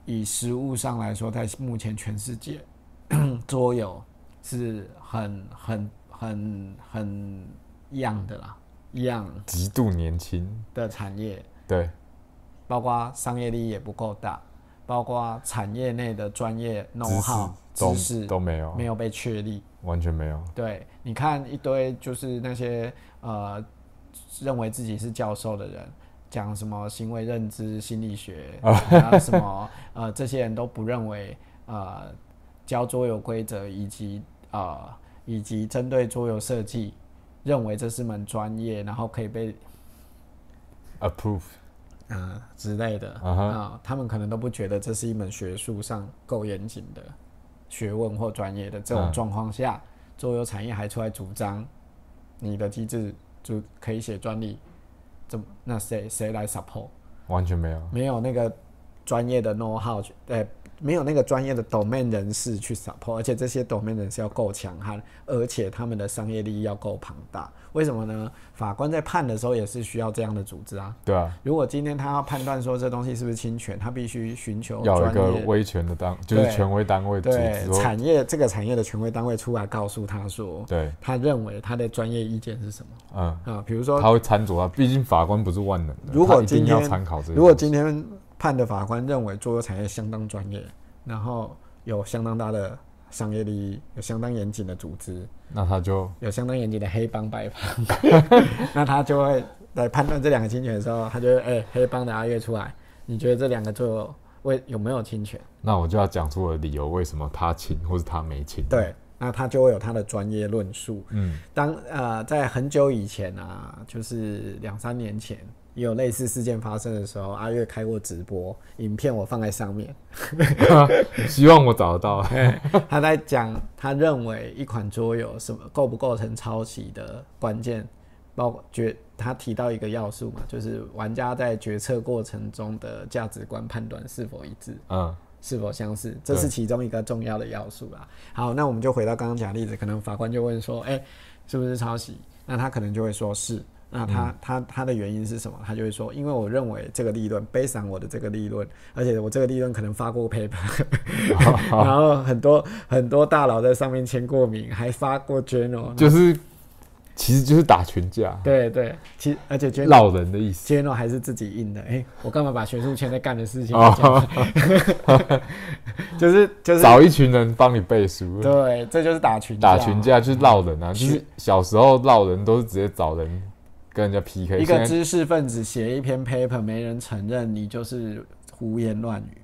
Speaker 1: 以实物上来说，在目前全世界桌游是很很很很一样的啦，一样
Speaker 2: 极度年轻，
Speaker 1: 的产业。
Speaker 2: 对，
Speaker 1: 包括商业利益也不够大，包括产业内的专业 know how 知
Speaker 2: 知识
Speaker 1: 识
Speaker 2: 都都没有
Speaker 1: 没，有被确立。
Speaker 2: 完全没有，
Speaker 1: 对，你看一堆就是那些呃认为自己是教授的人。讲什么行为认知心理学，然后什么 [LAUGHS] 呃，这些人都不认为呃教桌游规则以及呃以及针对桌游设计，认为这是门专业，然后可以被
Speaker 2: approve，
Speaker 1: 啊之类的啊、
Speaker 2: 嗯哼
Speaker 1: 他们可能都不觉得这是一门学术上够严谨的学问或专业的这种
Speaker 2: 嗯
Speaker 1: 状况下，桌游产业还出来主张你的机制就可以写专利，怎么那谁谁来 support？
Speaker 2: 完全没有，
Speaker 1: 没有那个专业的 know how，去呃，没有那个专业的 domain 人士去 support，而且这些 domain 人士要够强悍，而且他们的商业利益要够庞大。为什么呢？法官在判的时候也是需要这样的组织啊。
Speaker 2: 对啊，
Speaker 1: 如果今天他要判断说这东西是不是侵权，他必须寻求
Speaker 2: 要有一
Speaker 1: 专
Speaker 2: 个
Speaker 1: 业
Speaker 2: 威权的单，就是
Speaker 1: 对
Speaker 2: 权威单位组
Speaker 1: 对
Speaker 2: 织或，
Speaker 1: 产业这个产业的权威单位出来告诉他说，
Speaker 2: 对，
Speaker 1: 他认为他的专业意见是什么
Speaker 2: 嗯。
Speaker 1: 啊？比如说，
Speaker 2: 他会参酌啊，毕竟法官不是万能的，
Speaker 1: 如果
Speaker 2: 他一定要
Speaker 1: 今天
Speaker 2: 参考这个。
Speaker 1: 如果今天判的法官认为桌游产业相当专业，然后有相当大的商业利益，有相当严谨的组织，
Speaker 2: 那他就
Speaker 1: 有相当严谨的黑帮白帮， [LAUGHS] 那他就会来判断这两个侵权的时候，他就会哎、黑帮的阿月出来，你觉得这两个桌游为有没有侵权？
Speaker 2: 那我就要讲出我的理由，为什么他请或是他没请。
Speaker 1: 对，那他就会有他的专业论述。
Speaker 2: 嗯
Speaker 1: 当呃在很久以前啊，就是两三年前，也有类似事件发生的时候，阿月开过直播，影片我放在上面， [LAUGHS]
Speaker 2: [LAUGHS] 希望我找得到。
Speaker 1: 他在讲他认为一款桌游什么构不构成抄袭的关键，包括决他提到一个要素嘛，就是玩家在决策过程中的价值观判断是否一致。
Speaker 2: [LAUGHS] 嗯，
Speaker 1: 是否相似，这是其中一个重要的要素啦。好，那我们就回到刚刚讲的例子，可能法官就问说，哎、是不是抄袭？那他可能就会说是。那
Speaker 2: 嗯
Speaker 1: 他、他他的原因是什么？他就会说，因为我认为这个利润背上我的这个利润，而且我这个利润可能发过 paper，然
Speaker 2: 哦
Speaker 1: [LAUGHS] 后很多很多大佬在上面签过名，还发过 journal，
Speaker 2: 就是其实就是打群架，
Speaker 1: 对对，其而且 journal
Speaker 2: 老人的意思。
Speaker 1: j n o 还是自己印的，哎、我干嘛把学术圈在干的事情
Speaker 2: 哦
Speaker 1: 讲？
Speaker 2: [LAUGHS]
Speaker 1: 就是就是
Speaker 2: 找一群人帮你背书，
Speaker 1: 对，这就是打群
Speaker 2: 打群架就是闹人啊，就
Speaker 1: 群
Speaker 2: 是小时候闹人都是直接找人跟人家 PK，
Speaker 1: 一个
Speaker 2: 现在
Speaker 1: 知识分子写一篇 paper 没人承认，你就是胡言乱语。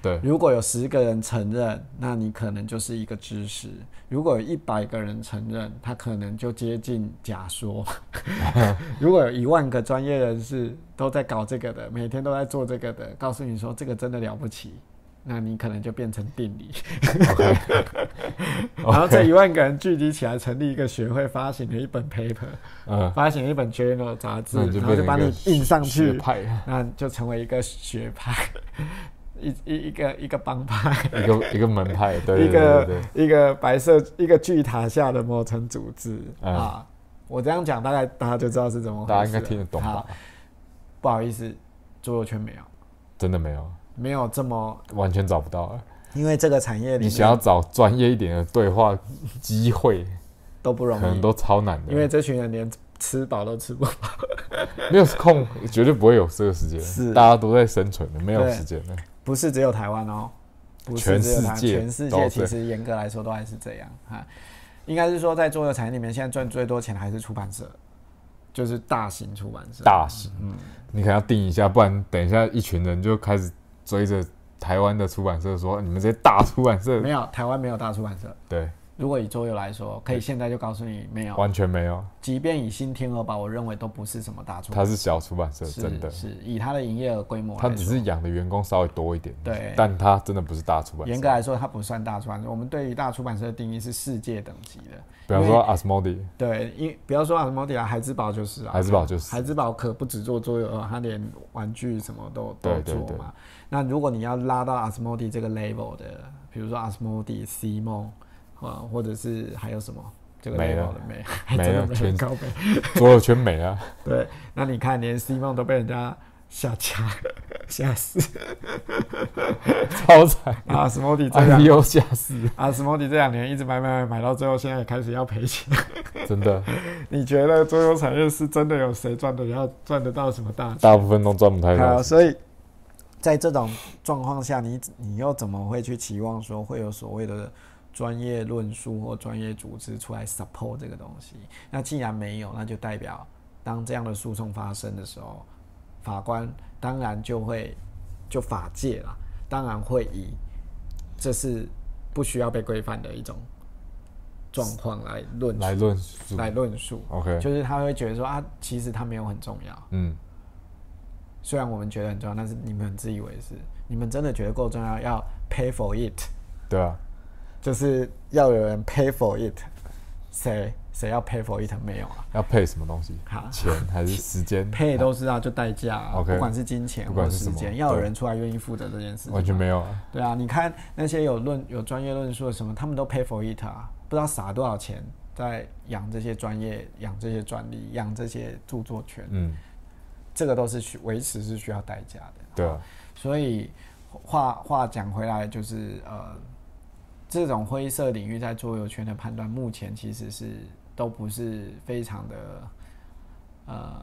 Speaker 2: 对
Speaker 1: 如果有十个人承认，那你可能就是一个知识；如果有一百个人承认，他可能就接近假
Speaker 2: [LAUGHS]
Speaker 1: 说。如果有一万个专业人士都在搞这个的，每天都在做这个的，告诉你说这个真的了不起。那你可能就变成定理
Speaker 2: OK
Speaker 1: [LAUGHS]
Speaker 2: 哦
Speaker 1: 然后这一万个人聚集起来成立一个学会，发行了一本 paper，
Speaker 2: 嗯，
Speaker 1: 发行了一本 journal 杂志，
Speaker 2: 那你就
Speaker 1: 然后
Speaker 2: 变
Speaker 1: 就
Speaker 2: 成
Speaker 1: 把你
Speaker 2: 一个
Speaker 1: 印上
Speaker 2: 学
Speaker 1: 去，
Speaker 2: 派，
Speaker 1: 那就成为一个学派，一一一个一个帮派， [LAUGHS]
Speaker 2: 一个一个门派，对对
Speaker 1: 一
Speaker 2: 对对
Speaker 1: 个
Speaker 2: 对，
Speaker 1: 一个白色一个巨塔下的某层组织、
Speaker 2: 嗯
Speaker 1: 啊。我这样讲，大概大家就知道是怎么回事了。
Speaker 2: 大家应该听得懂吧
Speaker 1: 好？，不好意思，桌游圈没有
Speaker 2: 真的没有，
Speaker 1: 没有这么，
Speaker 2: 完全找不到啊。
Speaker 1: 因为这个产业里
Speaker 2: 你想要
Speaker 1: 面
Speaker 2: 找专业一点的对话机会，
Speaker 1: 都不
Speaker 2: 可
Speaker 1: 容
Speaker 2: 能
Speaker 1: 易，
Speaker 2: 都超难的，
Speaker 1: 因为这群人连吃饱都吃不饱。
Speaker 2: 没有空，绝对不会有这个时间
Speaker 1: 是，
Speaker 2: 大家都在生存的，没有
Speaker 1: 对
Speaker 2: 时间的。
Speaker 1: 不是只有台湾哦，不是只有台湾，
Speaker 2: 全世界
Speaker 1: 全世
Speaker 2: 都
Speaker 1: 界
Speaker 2: 是
Speaker 1: 其实严格来说都还是这样啊。应该是说，在桌游产业里面，现在赚最多钱还是出版社，就是大型出版社。
Speaker 2: 大型，
Speaker 1: 嗯
Speaker 2: 你可能要定一下，不然等一下一群人就开始追着台湾的出版社说你们这些大出版社
Speaker 1: 没，有台湾没有大出版社。
Speaker 2: 对，
Speaker 1: 如果以桌游来说，可以现在就告诉你没有。
Speaker 2: 完全没有，
Speaker 1: 即便以新天鹅堡，我认为都不是什么大出
Speaker 2: 它
Speaker 1: 版社，
Speaker 2: 是小出版社，
Speaker 1: 是
Speaker 2: 真的，
Speaker 1: 是以它的营业额规模
Speaker 2: 它
Speaker 1: 来
Speaker 2: 只
Speaker 1: 说，
Speaker 2: 是养的员工稍微多一点，
Speaker 1: 对
Speaker 2: 但它真的不是大出版
Speaker 1: 严格
Speaker 2: 社。
Speaker 1: 来说它不算大出版社。我们对于大出版社的定义是世界等级的。
Speaker 2: 比方
Speaker 1: 因为
Speaker 2: 说 Asmodi，
Speaker 1: 对，因不要说阿什莫迪啊，孩之宝就是啊，
Speaker 2: 孩之宝就是
Speaker 1: 孩之宝可不只做桌游，它连玩具什么都都
Speaker 2: 对
Speaker 1: 做
Speaker 2: 对
Speaker 1: 嘛。
Speaker 2: 对
Speaker 1: 那如果你要拉到阿啊什莫迪这个 level 的，比如说啊阿什莫迪、C 梦啊，或者是还有什么这个
Speaker 2: 没
Speaker 1: level
Speaker 2: 了
Speaker 1: 的
Speaker 2: [LAUGHS]
Speaker 1: 没，还
Speaker 2: 没
Speaker 1: 真的
Speaker 2: 了
Speaker 1: 没
Speaker 2: 全
Speaker 1: 很高倍。
Speaker 2: 所有全美啊，
Speaker 1: [LAUGHS] 对，那你看连 C 梦都被人家下架吓死，
Speaker 2: [LAUGHS] 超惨
Speaker 1: 阿什莫迪这两
Speaker 2: ，IPO 吓死，
Speaker 1: 阿什莫迪这两年一直买买买买到最后，现在也开始要赔钱。
Speaker 2: 真的，
Speaker 1: 你觉得桌游产业是真的有谁赚得要赚得到什么大钱？
Speaker 2: 大部分都赚不太
Speaker 1: 好，
Speaker 2: 到。
Speaker 1: 所以在这种状况下，你你又怎么会去期望说会有所谓的专业论述或专业组织出来 support 这个东西？那既然没有，那就代表当这样的诉讼发生的时候，法官当然就会就法界啦，当然会以这是不需要被规范的一种状况来论
Speaker 2: 来论述
Speaker 1: 来论述，
Speaker 2: ，OK，
Speaker 1: 就是他会觉得说啊，其实它没有很重要。
Speaker 2: 嗯，
Speaker 1: 虽然我们觉得很重要，但是你们很自以为是，你们真的觉得够重要，要 pay for it，
Speaker 2: 对啊，
Speaker 1: 就是要有人 pay for it。谁谁要 pay for it 没有啊？
Speaker 2: 要配什么东西？
Speaker 1: 好
Speaker 2: 钱还是时间？
Speaker 1: 啊配都是啊，就代价、啊
Speaker 2: OK
Speaker 1: 不管是金钱
Speaker 2: 不
Speaker 1: 或
Speaker 2: 管是什
Speaker 1: 时
Speaker 2: 么
Speaker 1: 间，要有
Speaker 2: 对
Speaker 1: 人出来愿意负责这件事情。
Speaker 2: 完全没有啊。
Speaker 1: 对啊，你看那些有论有专业论述的什么，他们都 pay for it 啊，不知道撒多少钱在养这些专业、养这些专利、养这些著作权，
Speaker 2: 嗯，
Speaker 1: 这个都是需维持是需要代价的。
Speaker 2: 对啊，
Speaker 1: 所以话话讲回来，就是呃，这种灰色领域在桌游圈的判断，目前其实是都不是非常的呃，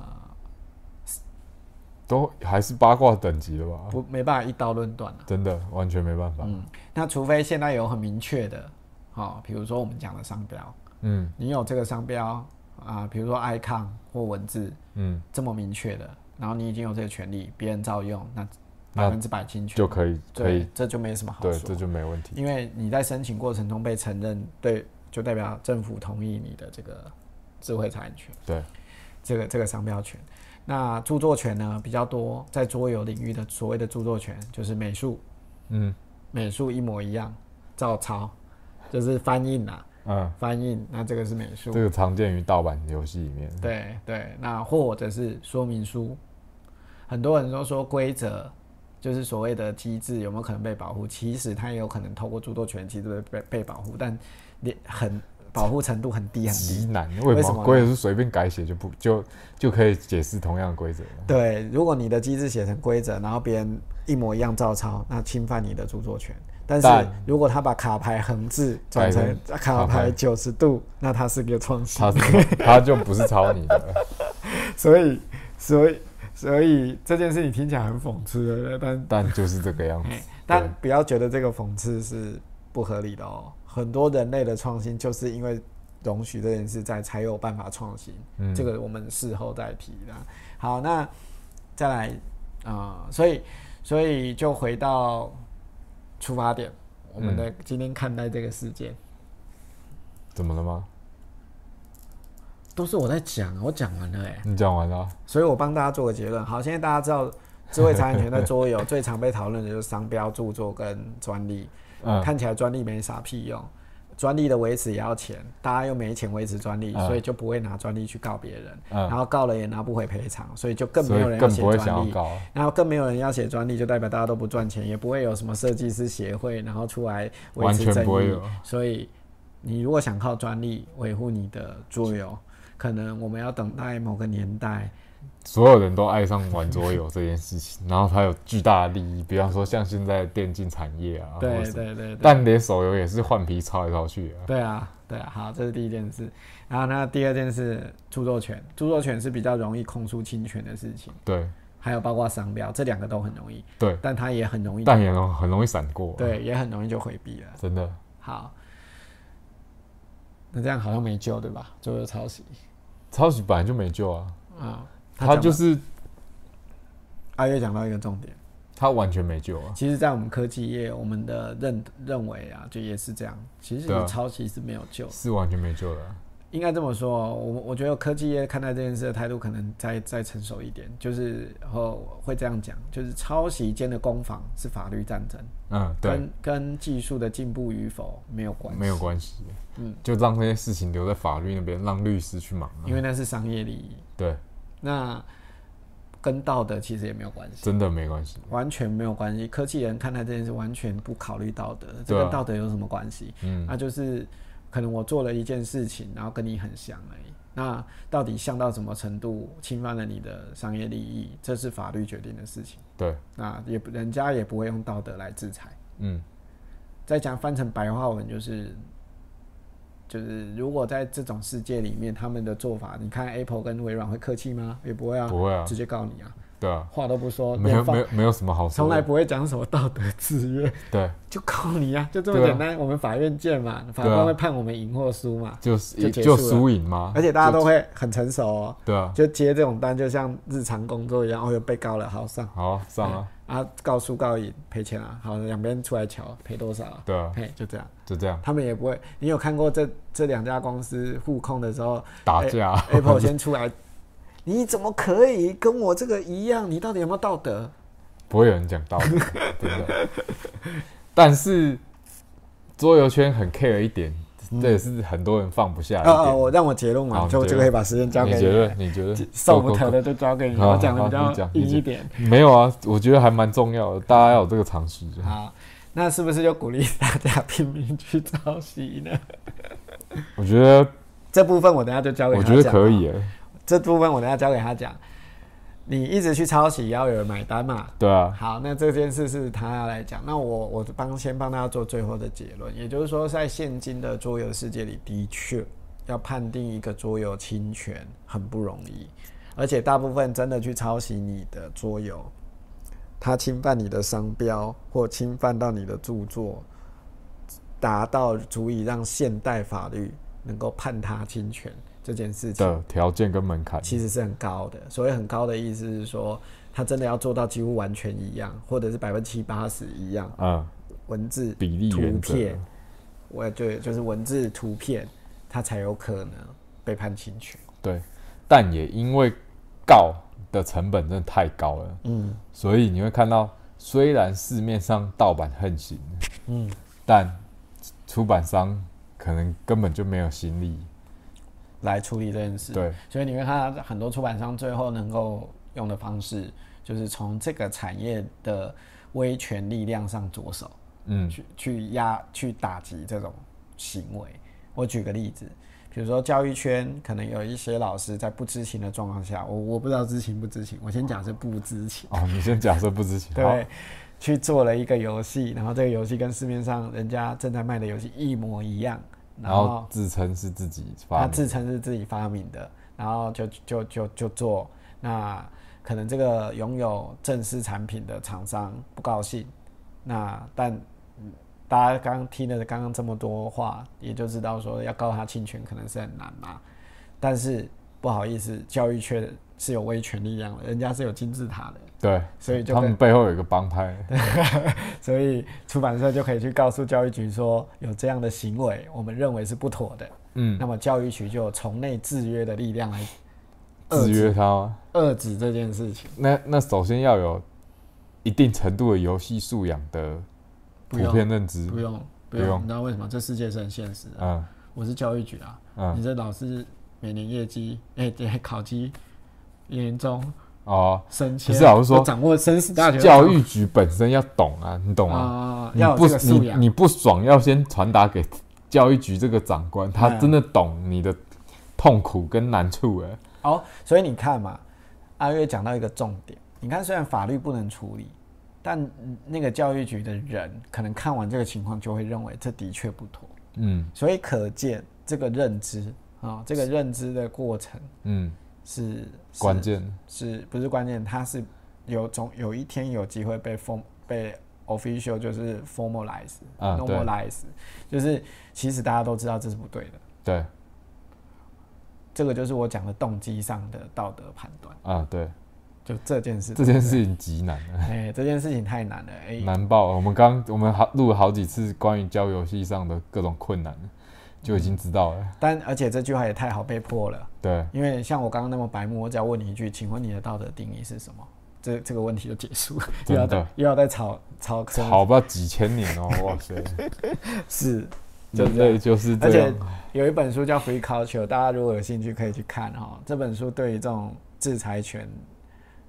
Speaker 2: 都还是八卦等级的吧？
Speaker 1: 不没办法一刀论断了。
Speaker 2: 真的完全没办法。
Speaker 1: 嗯，那除非现在有很明确的，哦，比如说我们讲的商标，
Speaker 2: 嗯
Speaker 1: 你有这个商标啊、比如说 icon 或文字
Speaker 2: 嗯，
Speaker 1: 这么明确的，然后你已经有这个权利，别人照用，那百分之百侵权
Speaker 2: 就可以可以
Speaker 1: 对，这就没什么好
Speaker 2: 对，
Speaker 1: 说
Speaker 2: 这。就没问题。
Speaker 1: 因为你在申请过程中被承认，对，就代表政府同意你的这个智慧财产权，
Speaker 2: 对，
Speaker 1: 这个这个商标权。那著作权呢比较多，在桌游领域的所谓的著作权就是美术，
Speaker 2: 嗯
Speaker 1: 美术一模一样，照抄，就是翻印啦、
Speaker 2: 嗯，
Speaker 1: 翻印。那这个是美术
Speaker 2: 这，个常见于盗版游戏里面。
Speaker 1: 对对。那或者是说明书，很多人都说规则就是所谓的机制有没有可能被保护，其实它也有可能透过著作权机制被被保护，但也很保护程度很低很低
Speaker 2: 极。难，为
Speaker 1: 为
Speaker 2: 什
Speaker 1: 什么
Speaker 2: 么
Speaker 1: 呢
Speaker 2: 规则是随便改写就不就就可以解释同样的规则吗？
Speaker 1: 对，如果你的机制写成规则，然后别人一模一样照抄，那侵犯你的著作权。但
Speaker 2: 但
Speaker 1: 是如果他把卡牌横置转成啊卡牌九十度，那他是个创新
Speaker 2: 他。是他就不是抄你的，
Speaker 1: 所以，所以，所以这件事情听起来很讽刺对不对但
Speaker 2: 但就是这个样子
Speaker 1: 哎。但不要觉得这个讽刺是不合理的哦。很多人类的创新就是因为容许这件事在，才有办法创新。[LAUGHS]
Speaker 2: 嗯
Speaker 1: 这个我们事后再提啦。好，那再来，啊，所以所以就回到出发点，我们的今天看待这个事件，
Speaker 2: 嗯怎么了吗？
Speaker 1: 都是我在讲，我讲完了哎、
Speaker 2: 你讲完了？啊
Speaker 1: 所以我帮大家做个结论。好，现在大家知道智慧财产权在桌游最常被讨论的就是商标、著作跟专利。
Speaker 2: 嗯，
Speaker 1: 看起来专利没啥屁用，专利的维持也要钱，大家又没钱维持专利，
Speaker 2: 嗯
Speaker 1: 所以就不会拿专利去告别人，
Speaker 2: 嗯
Speaker 1: 然后告了也拿不回赔偿，所以就更没
Speaker 2: 所
Speaker 1: 有人
Speaker 2: 以
Speaker 1: 要
Speaker 2: 更
Speaker 1: 写
Speaker 2: 不会想
Speaker 1: 专
Speaker 2: 要
Speaker 1: 利。
Speaker 2: 搞。啊
Speaker 1: 然后更没有人要写专利，就代表大家都不赚钱，也不会有什么设计师协会，然后出来维
Speaker 2: 完
Speaker 1: 持
Speaker 2: 全
Speaker 1: 正
Speaker 2: 不会
Speaker 1: 义
Speaker 2: 有。
Speaker 1: 所以，你如果想靠专利维护你的桌游，可能我们要等待某个年代，
Speaker 2: 所有人都爱上玩桌游这件事情，然后它有巨大的利益，比方说像现在的电竞产业啊，或
Speaker 1: 对
Speaker 2: 者什么
Speaker 1: 对对对，
Speaker 2: 但连手游也是换皮抄来抄去啊。
Speaker 1: 对啊，对啊，好，这是第一件事。然后那第二件事，著作权，著作权是比较容易控诉侵权的事情，
Speaker 2: 对
Speaker 1: 还有包括商标，这两个都很容易，
Speaker 2: 对，
Speaker 1: 但它也很容易，
Speaker 2: 但也容很容易闪过。，啊
Speaker 1: 对，也很容易就回避了。
Speaker 2: 真的
Speaker 1: 好，那这样好像没救，对吧？最后抄袭
Speaker 2: 抄袭本来就没救啊，
Speaker 1: 啊，
Speaker 2: 他就是是
Speaker 1: 阿月讲到一个重点，
Speaker 2: 他完全没救啊。
Speaker 1: 其实，在我们科技业，我们的认认为啊，就也是这样，其实
Speaker 2: 对啊
Speaker 1: 抄袭是没有救的。
Speaker 2: 是完全没救了啊、
Speaker 1: 应该这么说哦，我我觉得科技业看待这件事的态度可能再再成熟一点，就是哦会这样讲，就是抄袭间的攻防是法律战争，
Speaker 2: 嗯，对，
Speaker 1: 跟跟技术的进步与否没有关系，
Speaker 2: 没有关系，
Speaker 1: 嗯
Speaker 2: 就让这些事情留在法律那边，让律师去忙、啊。
Speaker 1: 因为那是商业利益，
Speaker 2: 对，
Speaker 1: 那跟道德其实也没有关系，
Speaker 2: 真的没关系。
Speaker 1: 完全没有关系。科技人看待这件事完全不考虑道德，这
Speaker 2: 对啊
Speaker 1: 跟道德有什么关系？
Speaker 2: 嗯
Speaker 1: 那就是可能我做了一件事情，然后跟你很像而已。那到底像到什么程度侵犯了你的商业利益，这是法律决定的事情。
Speaker 2: 对，
Speaker 1: 那也不人家也不会用道德来制裁。
Speaker 2: 嗯，
Speaker 1: 再讲翻成白话文就是，就是如果在这种世界里面，他们的做法，你看 Apple 跟微软会客气吗？也不会啊，
Speaker 2: 不会啊
Speaker 1: 直接告你啊，
Speaker 2: 对啊，
Speaker 1: 话都不说，
Speaker 2: [LAUGHS] 没有
Speaker 1: 连放
Speaker 2: 没有没有什么好说
Speaker 1: 从
Speaker 2: 的。
Speaker 1: 来不会讲什么道德制约，
Speaker 2: 对，
Speaker 1: 就告你啊，就这么
Speaker 2: 对啊
Speaker 1: 简单。我们法院见嘛，法
Speaker 2: 对啊
Speaker 1: 官会判我们赢或输嘛。
Speaker 2: 就是
Speaker 1: 就
Speaker 2: 一
Speaker 1: 结
Speaker 2: 就
Speaker 1: 束了
Speaker 2: 输赢嘛，
Speaker 1: 而且大家都
Speaker 2: 就
Speaker 1: 会很成熟哦，
Speaker 2: 对啊，
Speaker 1: 就接这种单，就像日常工作一样，哦，又被告了，好上
Speaker 2: 好啊上啊，
Speaker 1: 啊，告诉告赢赔钱啊，好，两边出来瞧赔多少啊，
Speaker 2: 对啊，
Speaker 1: 嘿，就这样，
Speaker 2: 就这样
Speaker 1: 他们也不会。你有看过这这两家公司互控的时
Speaker 2: [LAUGHS]
Speaker 1: 候
Speaker 2: 打架，啊
Speaker 1: ，Apple 先出来，你怎么可以跟我这个一样？你到底有没有道德？
Speaker 2: 不会有人讲道理，
Speaker 1: [LAUGHS]
Speaker 2: 真的。但是桌游圈很 care 一点，这也是很多人放不下的
Speaker 1: 啊啊，
Speaker 2: 一
Speaker 1: 嗯我
Speaker 2: 点。
Speaker 1: 让我结论
Speaker 2: 好
Speaker 1: 完，
Speaker 2: 你
Speaker 1: 就
Speaker 2: 结
Speaker 1: 就
Speaker 2: 论
Speaker 1: 可以把时间交给
Speaker 2: 你觉得？你觉得？
Speaker 1: 受不
Speaker 2: Go, go,
Speaker 1: 了
Speaker 2: go
Speaker 1: 的就交给你，
Speaker 2: 好
Speaker 1: 我讲的比
Speaker 2: 好
Speaker 1: 较
Speaker 2: 你讲你
Speaker 1: 硬
Speaker 2: 讲
Speaker 1: 一点。
Speaker 2: 没有啊，我觉得还蛮重要的，大家要有这个常识。
Speaker 1: 好，那是不是就鼓励大家拼命去抄袭呢？
Speaker 2: 我觉得，
Speaker 1: 这部分我等下就交给
Speaker 2: 我
Speaker 1: 他
Speaker 2: 觉得
Speaker 1: 讲
Speaker 2: 可
Speaker 1: 啊
Speaker 2: 以耶，
Speaker 1: 这部分我等下交给他讲。你一直去抄袭，也要有人买单嘛。
Speaker 2: 对啊，
Speaker 1: 好，那这件事是他要来讲。那我我帮先帮大家做最后的结论，也就是说，在现今的桌游世界里，的确要判定一个桌游侵权很不容易，而且大部分真的去抄袭你的桌游，他侵犯你的商标或侵犯到你的著作，达到足以让现代法律能够判他侵权这件事情。
Speaker 2: 的条件跟门槛，
Speaker 1: 其实是很高的。所谓很高的意思是说，它真的要做到几乎完全一样，或者是百分之七八十一样，
Speaker 2: 嗯，
Speaker 1: 文字、
Speaker 2: 比例
Speaker 1: 图
Speaker 2: 原则，
Speaker 1: 片，我对，就是文字、图片，它才有可能被判侵权。
Speaker 2: 对，但也因为告的成本真的太高了，
Speaker 1: 嗯
Speaker 2: 所以你会看到，虽然市面上盗版横行，
Speaker 1: 嗯，
Speaker 2: 但出版商可能根本就没有心力。
Speaker 1: 来处理这件事。
Speaker 2: 对，
Speaker 1: 所以你会看到很多出版商最后能够用的方式，就是从这个产业的威权力量上着手，
Speaker 2: 嗯，
Speaker 1: 去去压、去打击这种行为。我举个例子，比如说教育圈可能有一些老师在不知情的状况下，我我不知道知情不知情，我先假设不知情，
Speaker 2: 哦，你先假设不知情，好
Speaker 1: 对，去做了一个游戏，然后这个游戏跟市面上人家正在卖的游戏一模一样，
Speaker 2: 然
Speaker 1: 然后
Speaker 2: 后自称是自己
Speaker 1: 他
Speaker 2: 发明，
Speaker 1: 自称是自己发明的，然后就就就就做。那可能这个拥有正式产品的厂商不高兴，那但嗯大家刚刚听了刚刚这么多话，也就知道说要告他侵权可能是很难嘛。但是不好意思，教育圈是有威权力量的，人家是有金字塔的，
Speaker 2: 对，
Speaker 1: 所以就
Speaker 2: 他
Speaker 1: 跟
Speaker 2: 们背后有一个帮派，
Speaker 1: 所以出版社就可以去告诉教育局说有这样的行为，我们认为是不妥的。
Speaker 2: 嗯，
Speaker 1: 那么教育局就有从内制约的力量来遏
Speaker 2: 制
Speaker 1: 制
Speaker 2: 约他吗？
Speaker 1: 遏制这件事情。
Speaker 2: 那那首先要有一定程度的游戏素养的普
Speaker 1: 不用
Speaker 2: 遍认知，
Speaker 1: 不用，不
Speaker 2: 不
Speaker 1: 用，
Speaker 2: 用
Speaker 1: 你知道为什么？这世界是很现实的。
Speaker 2: 嗯
Speaker 1: 我是教育局啊，你
Speaker 2: 嗯，
Speaker 1: 这老师每年业绩，哎、 [LAUGHS] 对，考绩、年终、
Speaker 2: 哦，
Speaker 1: 升
Speaker 2: 其
Speaker 1: 迁，
Speaker 2: 实老实
Speaker 1: 都
Speaker 2: 说，
Speaker 1: 掌握生死大学
Speaker 2: 教育局本身要懂啊，你懂吗？
Speaker 1: 啊、
Speaker 2: 你
Speaker 1: 要有
Speaker 2: 不
Speaker 1: 这个素
Speaker 2: 你
Speaker 1: 养。
Speaker 2: 你不爽要先传达给教育局这个长官，他
Speaker 1: 嗯
Speaker 2: 真的懂你的痛苦跟难处哎。
Speaker 1: 好，所以你看嘛，阿月讲到一个重点，你看虽然法律不能处理，但那个教育局的人可能看完这个情况就会认为这的确不妥，
Speaker 2: 嗯
Speaker 1: 所以可见这个认知啊、这个认知的过程
Speaker 2: 嗯，
Speaker 1: 是是
Speaker 2: 关键
Speaker 1: 是不是关键？它是有总有一天有机会被 form 被 official 就是 formalize、
Speaker 2: 啊对
Speaker 1: normalize，就是其实大家都知道这是不对的，
Speaker 2: 对
Speaker 1: 这个就是我讲的动机上的道德判断，
Speaker 2: 啊对，
Speaker 1: 就这件事
Speaker 2: 这件事情极难啊，
Speaker 1: 哎、这件事情太难了。哎、
Speaker 2: 难爆了。啊我们刚我们好录了好几次关于教游戏上的各种困难，
Speaker 1: 嗯
Speaker 2: 就已经知道了。
Speaker 1: 但而且这句话也太好被破了，
Speaker 2: 对，
Speaker 1: 因为像我刚刚那么白目，我只要问你一句，请问你的道德定义是什么？这这个问题就结束，又
Speaker 2: 真
Speaker 1: 要
Speaker 2: 的
Speaker 1: 再又要再吵吵可能
Speaker 2: 吵不到几千年哦，哇
Speaker 1: [LAUGHS]
Speaker 2: 塞，
Speaker 1: 是就
Speaker 2: 人
Speaker 1: 这样
Speaker 2: 类就是
Speaker 1: 而
Speaker 2: 这
Speaker 1: 且
Speaker 2: 样。
Speaker 1: 有一本书叫《Free Culture》，大家如果有兴趣可以去看哦。这本书对于这种制裁权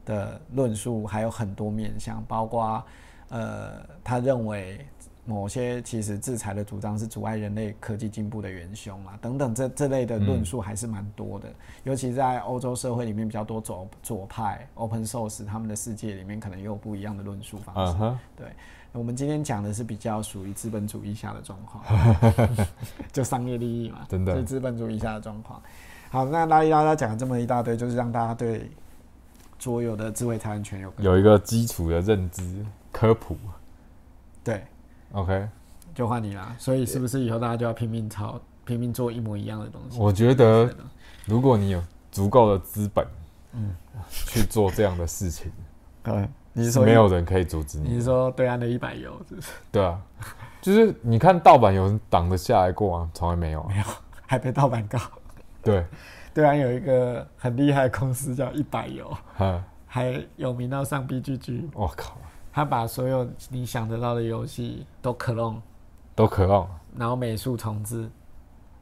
Speaker 1: 的论述还有很多面向，包括呃，他认为某些其实制裁的主张是阻碍人类科技进步的元凶啊，等等这这类的论述还是蛮多的。尤其在欧洲社会里面比较多左左派 Open Source 他们的世界里面，可能也有不一样的论述方式
Speaker 2: 嗯。哼，
Speaker 1: 我们今天讲的是比较属于资本主义下的状况，
Speaker 2: [LAUGHS]
Speaker 1: 就商业利益嘛，
Speaker 2: 真的
Speaker 1: 是资本主义下的状况。好，那拉一拉拉讲了这么一大堆，就是让大家对桌游的智慧财产权有个
Speaker 2: 有一个基础的认知科普
Speaker 1: 对，
Speaker 2: ，OK。
Speaker 1: 就换你啦。所以是不是以后大家就要拼命抄、拼命做一模一样的东西？
Speaker 2: 我
Speaker 1: 对
Speaker 2: 觉得
Speaker 1: 的
Speaker 2: 如果你有足够的资本，
Speaker 1: 嗯
Speaker 2: 去做这样的
Speaker 1: [LAUGHS]
Speaker 2: 事情，
Speaker 1: 对，你是
Speaker 2: 是
Speaker 1: 说
Speaker 2: 没？有人可以阻止
Speaker 1: 你
Speaker 2: 你
Speaker 1: 是
Speaker 2: 的。
Speaker 1: 说对岸的一百游是不是？
Speaker 2: 对啊，就是你看盗版有人挡得下来过吗？从来没有啊。
Speaker 1: 还被盗版告？ [LAUGHS]
Speaker 2: 对，
Speaker 1: 对岸有一个很厉害的公司叫一百游，
Speaker 2: 嗯，
Speaker 1: 还有名到上 BGG。
Speaker 2: 我靠，
Speaker 1: 他把所有你想得到的游戏都 clone，
Speaker 2: 都渴望。
Speaker 1: 然后美术重置，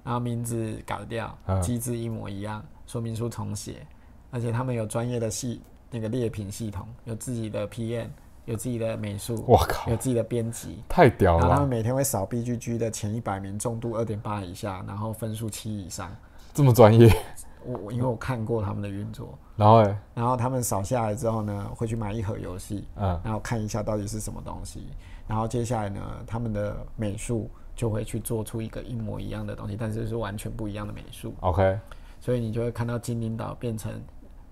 Speaker 1: 然后名字改掉，
Speaker 2: 嗯
Speaker 1: 机制一模一样，说明书重写，而且他们有专业的系那个猎品系统，有自己的 PM，有自己的美术，
Speaker 2: 我靠
Speaker 1: 有，自己的编辑。
Speaker 2: 太屌
Speaker 1: 然后
Speaker 2: 了
Speaker 1: 他们
Speaker 2: 吧，
Speaker 1: 每天会扫 BGG 的前一百名，重度二点八以下，然后分数七以上。
Speaker 2: 这么专业。
Speaker 1: 我我因为我看过他们的运作，
Speaker 2: 然后欸，
Speaker 1: 然后他们扫下来之后呢，会去买一盒游戏，
Speaker 2: 嗯，
Speaker 1: 然后看一下到底是什么东西，然后接下来呢，他们的美术就会去做出一个一模一样的东西，但是是完全不一样的美术，
Speaker 2: OK，
Speaker 1: 所以你就会看到精灵岛变成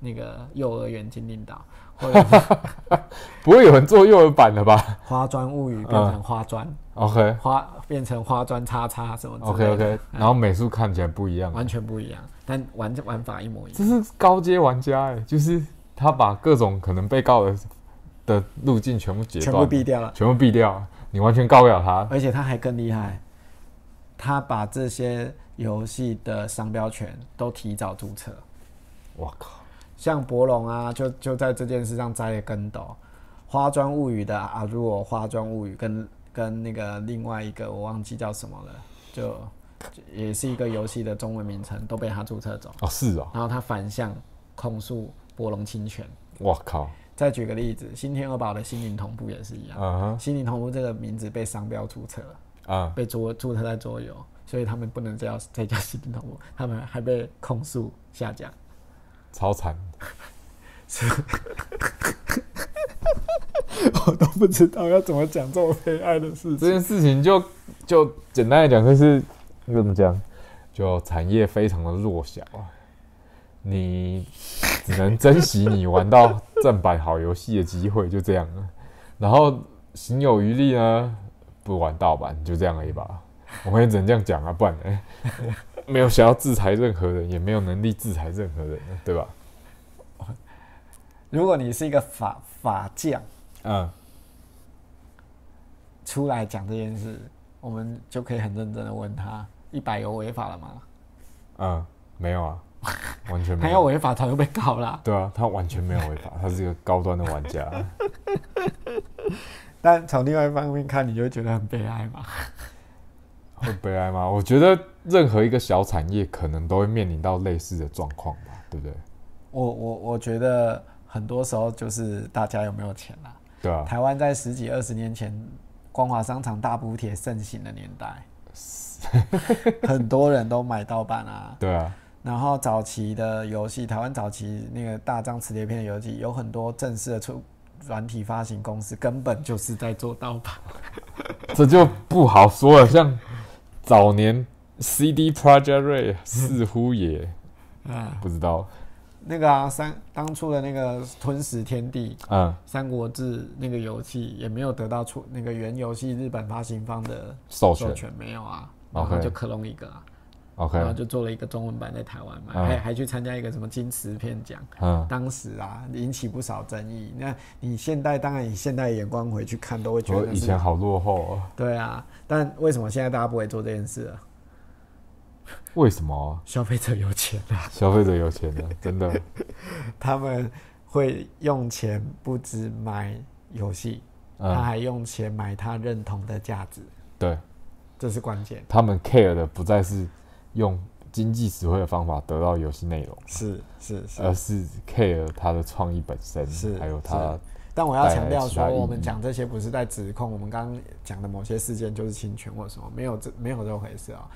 Speaker 1: 那个幼儿园精灵岛，或者是
Speaker 2: 不会有人做幼儿版的吧
Speaker 1: 花砖物语变成花砖、
Speaker 2: 嗯？OK，OK，OK，、
Speaker 1: 花变成花砖叉叉什么之
Speaker 2: OK
Speaker 1: 类的嗯
Speaker 2: OK，然后美术看起来不一样，
Speaker 1: 完全不一样，但玩玩法一模一样。
Speaker 2: 这是高阶玩家哎、就是他把各种可能被告的的路径全部截
Speaker 1: 全
Speaker 2: 断，
Speaker 1: 部毙掉了。
Speaker 2: 全部毙掉，你完全告不了他。
Speaker 1: 而且他还更厉害，他把这些游戏的商标权都提早注册。
Speaker 2: 我靠，
Speaker 1: 像博龙啊，就就在这件事上栽了跟斗。花砖物语的阿如果花砖物语跟跟那个另外一个我忘记叫什么了，就就也是一个游戏的中文名称，都被他注册走。
Speaker 2: 哦是哦，
Speaker 1: 然后他反向控诉博龙侵权。
Speaker 2: 我靠，
Speaker 1: 再举个例子，新天鹅堡的心灵同步也是一样，
Speaker 2: 嗯哼，
Speaker 1: 心灵同步这个名字被商标注册了。
Speaker 2: 嗯，
Speaker 1: 被捉注册在桌游，所以他们不能叫再叫新动物，他们还被控诉下架。
Speaker 2: 超惨，
Speaker 1: 我 [LAUGHS] 都不知道要怎么讲这么悲哀的事
Speaker 2: 这
Speaker 1: 情。
Speaker 2: 件事情就就简单来讲，就是那个怎么讲，就产业非常的弱小啊，你只能珍惜你玩到正版好游戏的机会，就这样了。然后行有余力呢，不玩盗版就这样而已吧。我们也只能这样讲啊，不然、哎 [LAUGHS] 没有想要制裁任何人，也没有能力制裁任何人，对吧？
Speaker 1: 如果你是一个法法将
Speaker 2: 嗯，
Speaker 1: 出来讲这件事，我们就可以很认真的问他：一百有违法了吗？
Speaker 2: 嗯，没
Speaker 1: [LAUGHS]
Speaker 2: 有啊，完全
Speaker 1: 他
Speaker 2: 没
Speaker 1: 要
Speaker 2: 有。
Speaker 1: 违法，他就被告啦。
Speaker 2: 对啊，他完全没有违法， [LAUGHS] 他是一个高端的玩家。 [LAUGHS]
Speaker 1: 但从另外一方面看，你就会觉得很悲哀嘛。
Speaker 2: 会悲哀吗？我觉得任何一个小产业可能都会面临到类似的状况吧，对不对？
Speaker 1: 我我我觉得很多时候就是大家有没有钱啦、
Speaker 2: 对啊，
Speaker 1: 台湾在十几二十年前，光华商场大补贴盛行的年代，很多人都买盗版啊。
Speaker 2: 对啊，
Speaker 1: 然后早期的游戏，台湾早期那个大张磁碟片的游戏，有很多正式的出软体发行公司，根本就是在做盗版。
Speaker 2: 这就不好说了。像早年 CD Project Red
Speaker 1: 嗯
Speaker 2: 似乎也
Speaker 1: 啊，
Speaker 2: 不知道，
Speaker 1: 那个啊，三当初的那个《吞食天地》《
Speaker 2: 嗯，
Speaker 1: 三国志》那个游戏，也没有得到出那个原游戏日本发行方的
Speaker 2: 授
Speaker 1: 授
Speaker 2: 权
Speaker 1: 权，没有啊，然后
Speaker 2: OK
Speaker 1: 就克隆一个、啊。
Speaker 2: ，OK，
Speaker 1: 然后就做了一个中文版在台湾嘛，
Speaker 2: 嗯
Speaker 1: 还还去参加一个什么金瓷片奖，
Speaker 2: 嗯，
Speaker 1: 当时啊引起不少争议。那你现代当然以现代眼光回去看，都会觉
Speaker 2: 我
Speaker 1: 得
Speaker 2: 以
Speaker 1: 是
Speaker 2: 前好落后、啊，
Speaker 1: 对啊，但为什么现在大家不会做这件事啊？
Speaker 2: 为什么啊、
Speaker 1: 消费者有钱啊，
Speaker 2: 消费者有钱呢？真的，
Speaker 1: [LAUGHS] 他们会用钱不止买游戏，他
Speaker 2: 嗯，
Speaker 1: 还用钱买他认同的价值，
Speaker 2: 对
Speaker 1: 这是关键。
Speaker 2: 他们 care 的不再是用经济实惠的方法得到游戏内容，
Speaker 1: 是是是
Speaker 2: 而是 care 它的创意本身，
Speaker 1: 是
Speaker 2: 还有
Speaker 1: 是
Speaker 2: 它
Speaker 1: 但我要强调
Speaker 2: 带
Speaker 1: 说，
Speaker 2: 来其他意义
Speaker 1: 我们讲这些不是在指控，我们刚刚讲的某些事件就是侵权或什么，没有这没有这回事啊、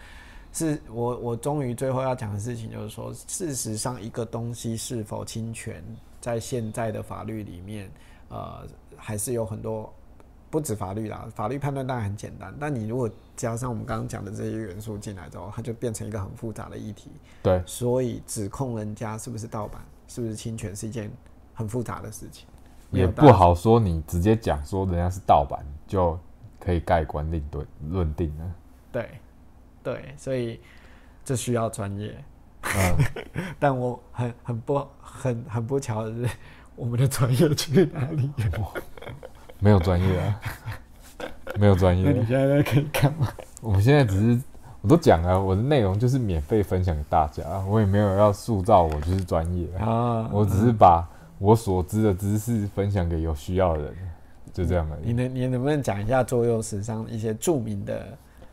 Speaker 1: 是我我终于最后要讲的事情，就是说，事实上一个东西是否侵权，在现在的法律里面，呃，还是有很多不止法律啦，法律判断当然很简单，但你如果加上我们刚刚讲的这些元素进来之后，它就变成一个很复杂的议题。
Speaker 2: 对。
Speaker 1: 所以指控人家是不是盗版，是不是侵权，是一件很复杂的事情。没
Speaker 2: 也
Speaker 1: 有
Speaker 2: 不
Speaker 1: 大
Speaker 2: 好说你直接讲说人家是盗版就可以盖棺定论论定了。
Speaker 1: 对，对，所以这需要专业。
Speaker 2: 嗯，
Speaker 1: 但我很很不很很不巧的是，我们的专业去哪里了？
Speaker 2: 没有专
Speaker 1: [LAUGHS]
Speaker 2: 业啊，没有专
Speaker 1: 那你
Speaker 2: 业。啊
Speaker 1: 现在可以干嘛？
Speaker 2: 我们现在只是我都讲了，我的内容就是免费分享给大家，我也没有要塑造我就是专业啊，
Speaker 1: [LAUGHS] 啊
Speaker 2: 我只是把我所知的知识分享给有需要的人，就这样而
Speaker 1: 你
Speaker 2: 已。
Speaker 1: 能你能不能讲一下桌游史上一些著名的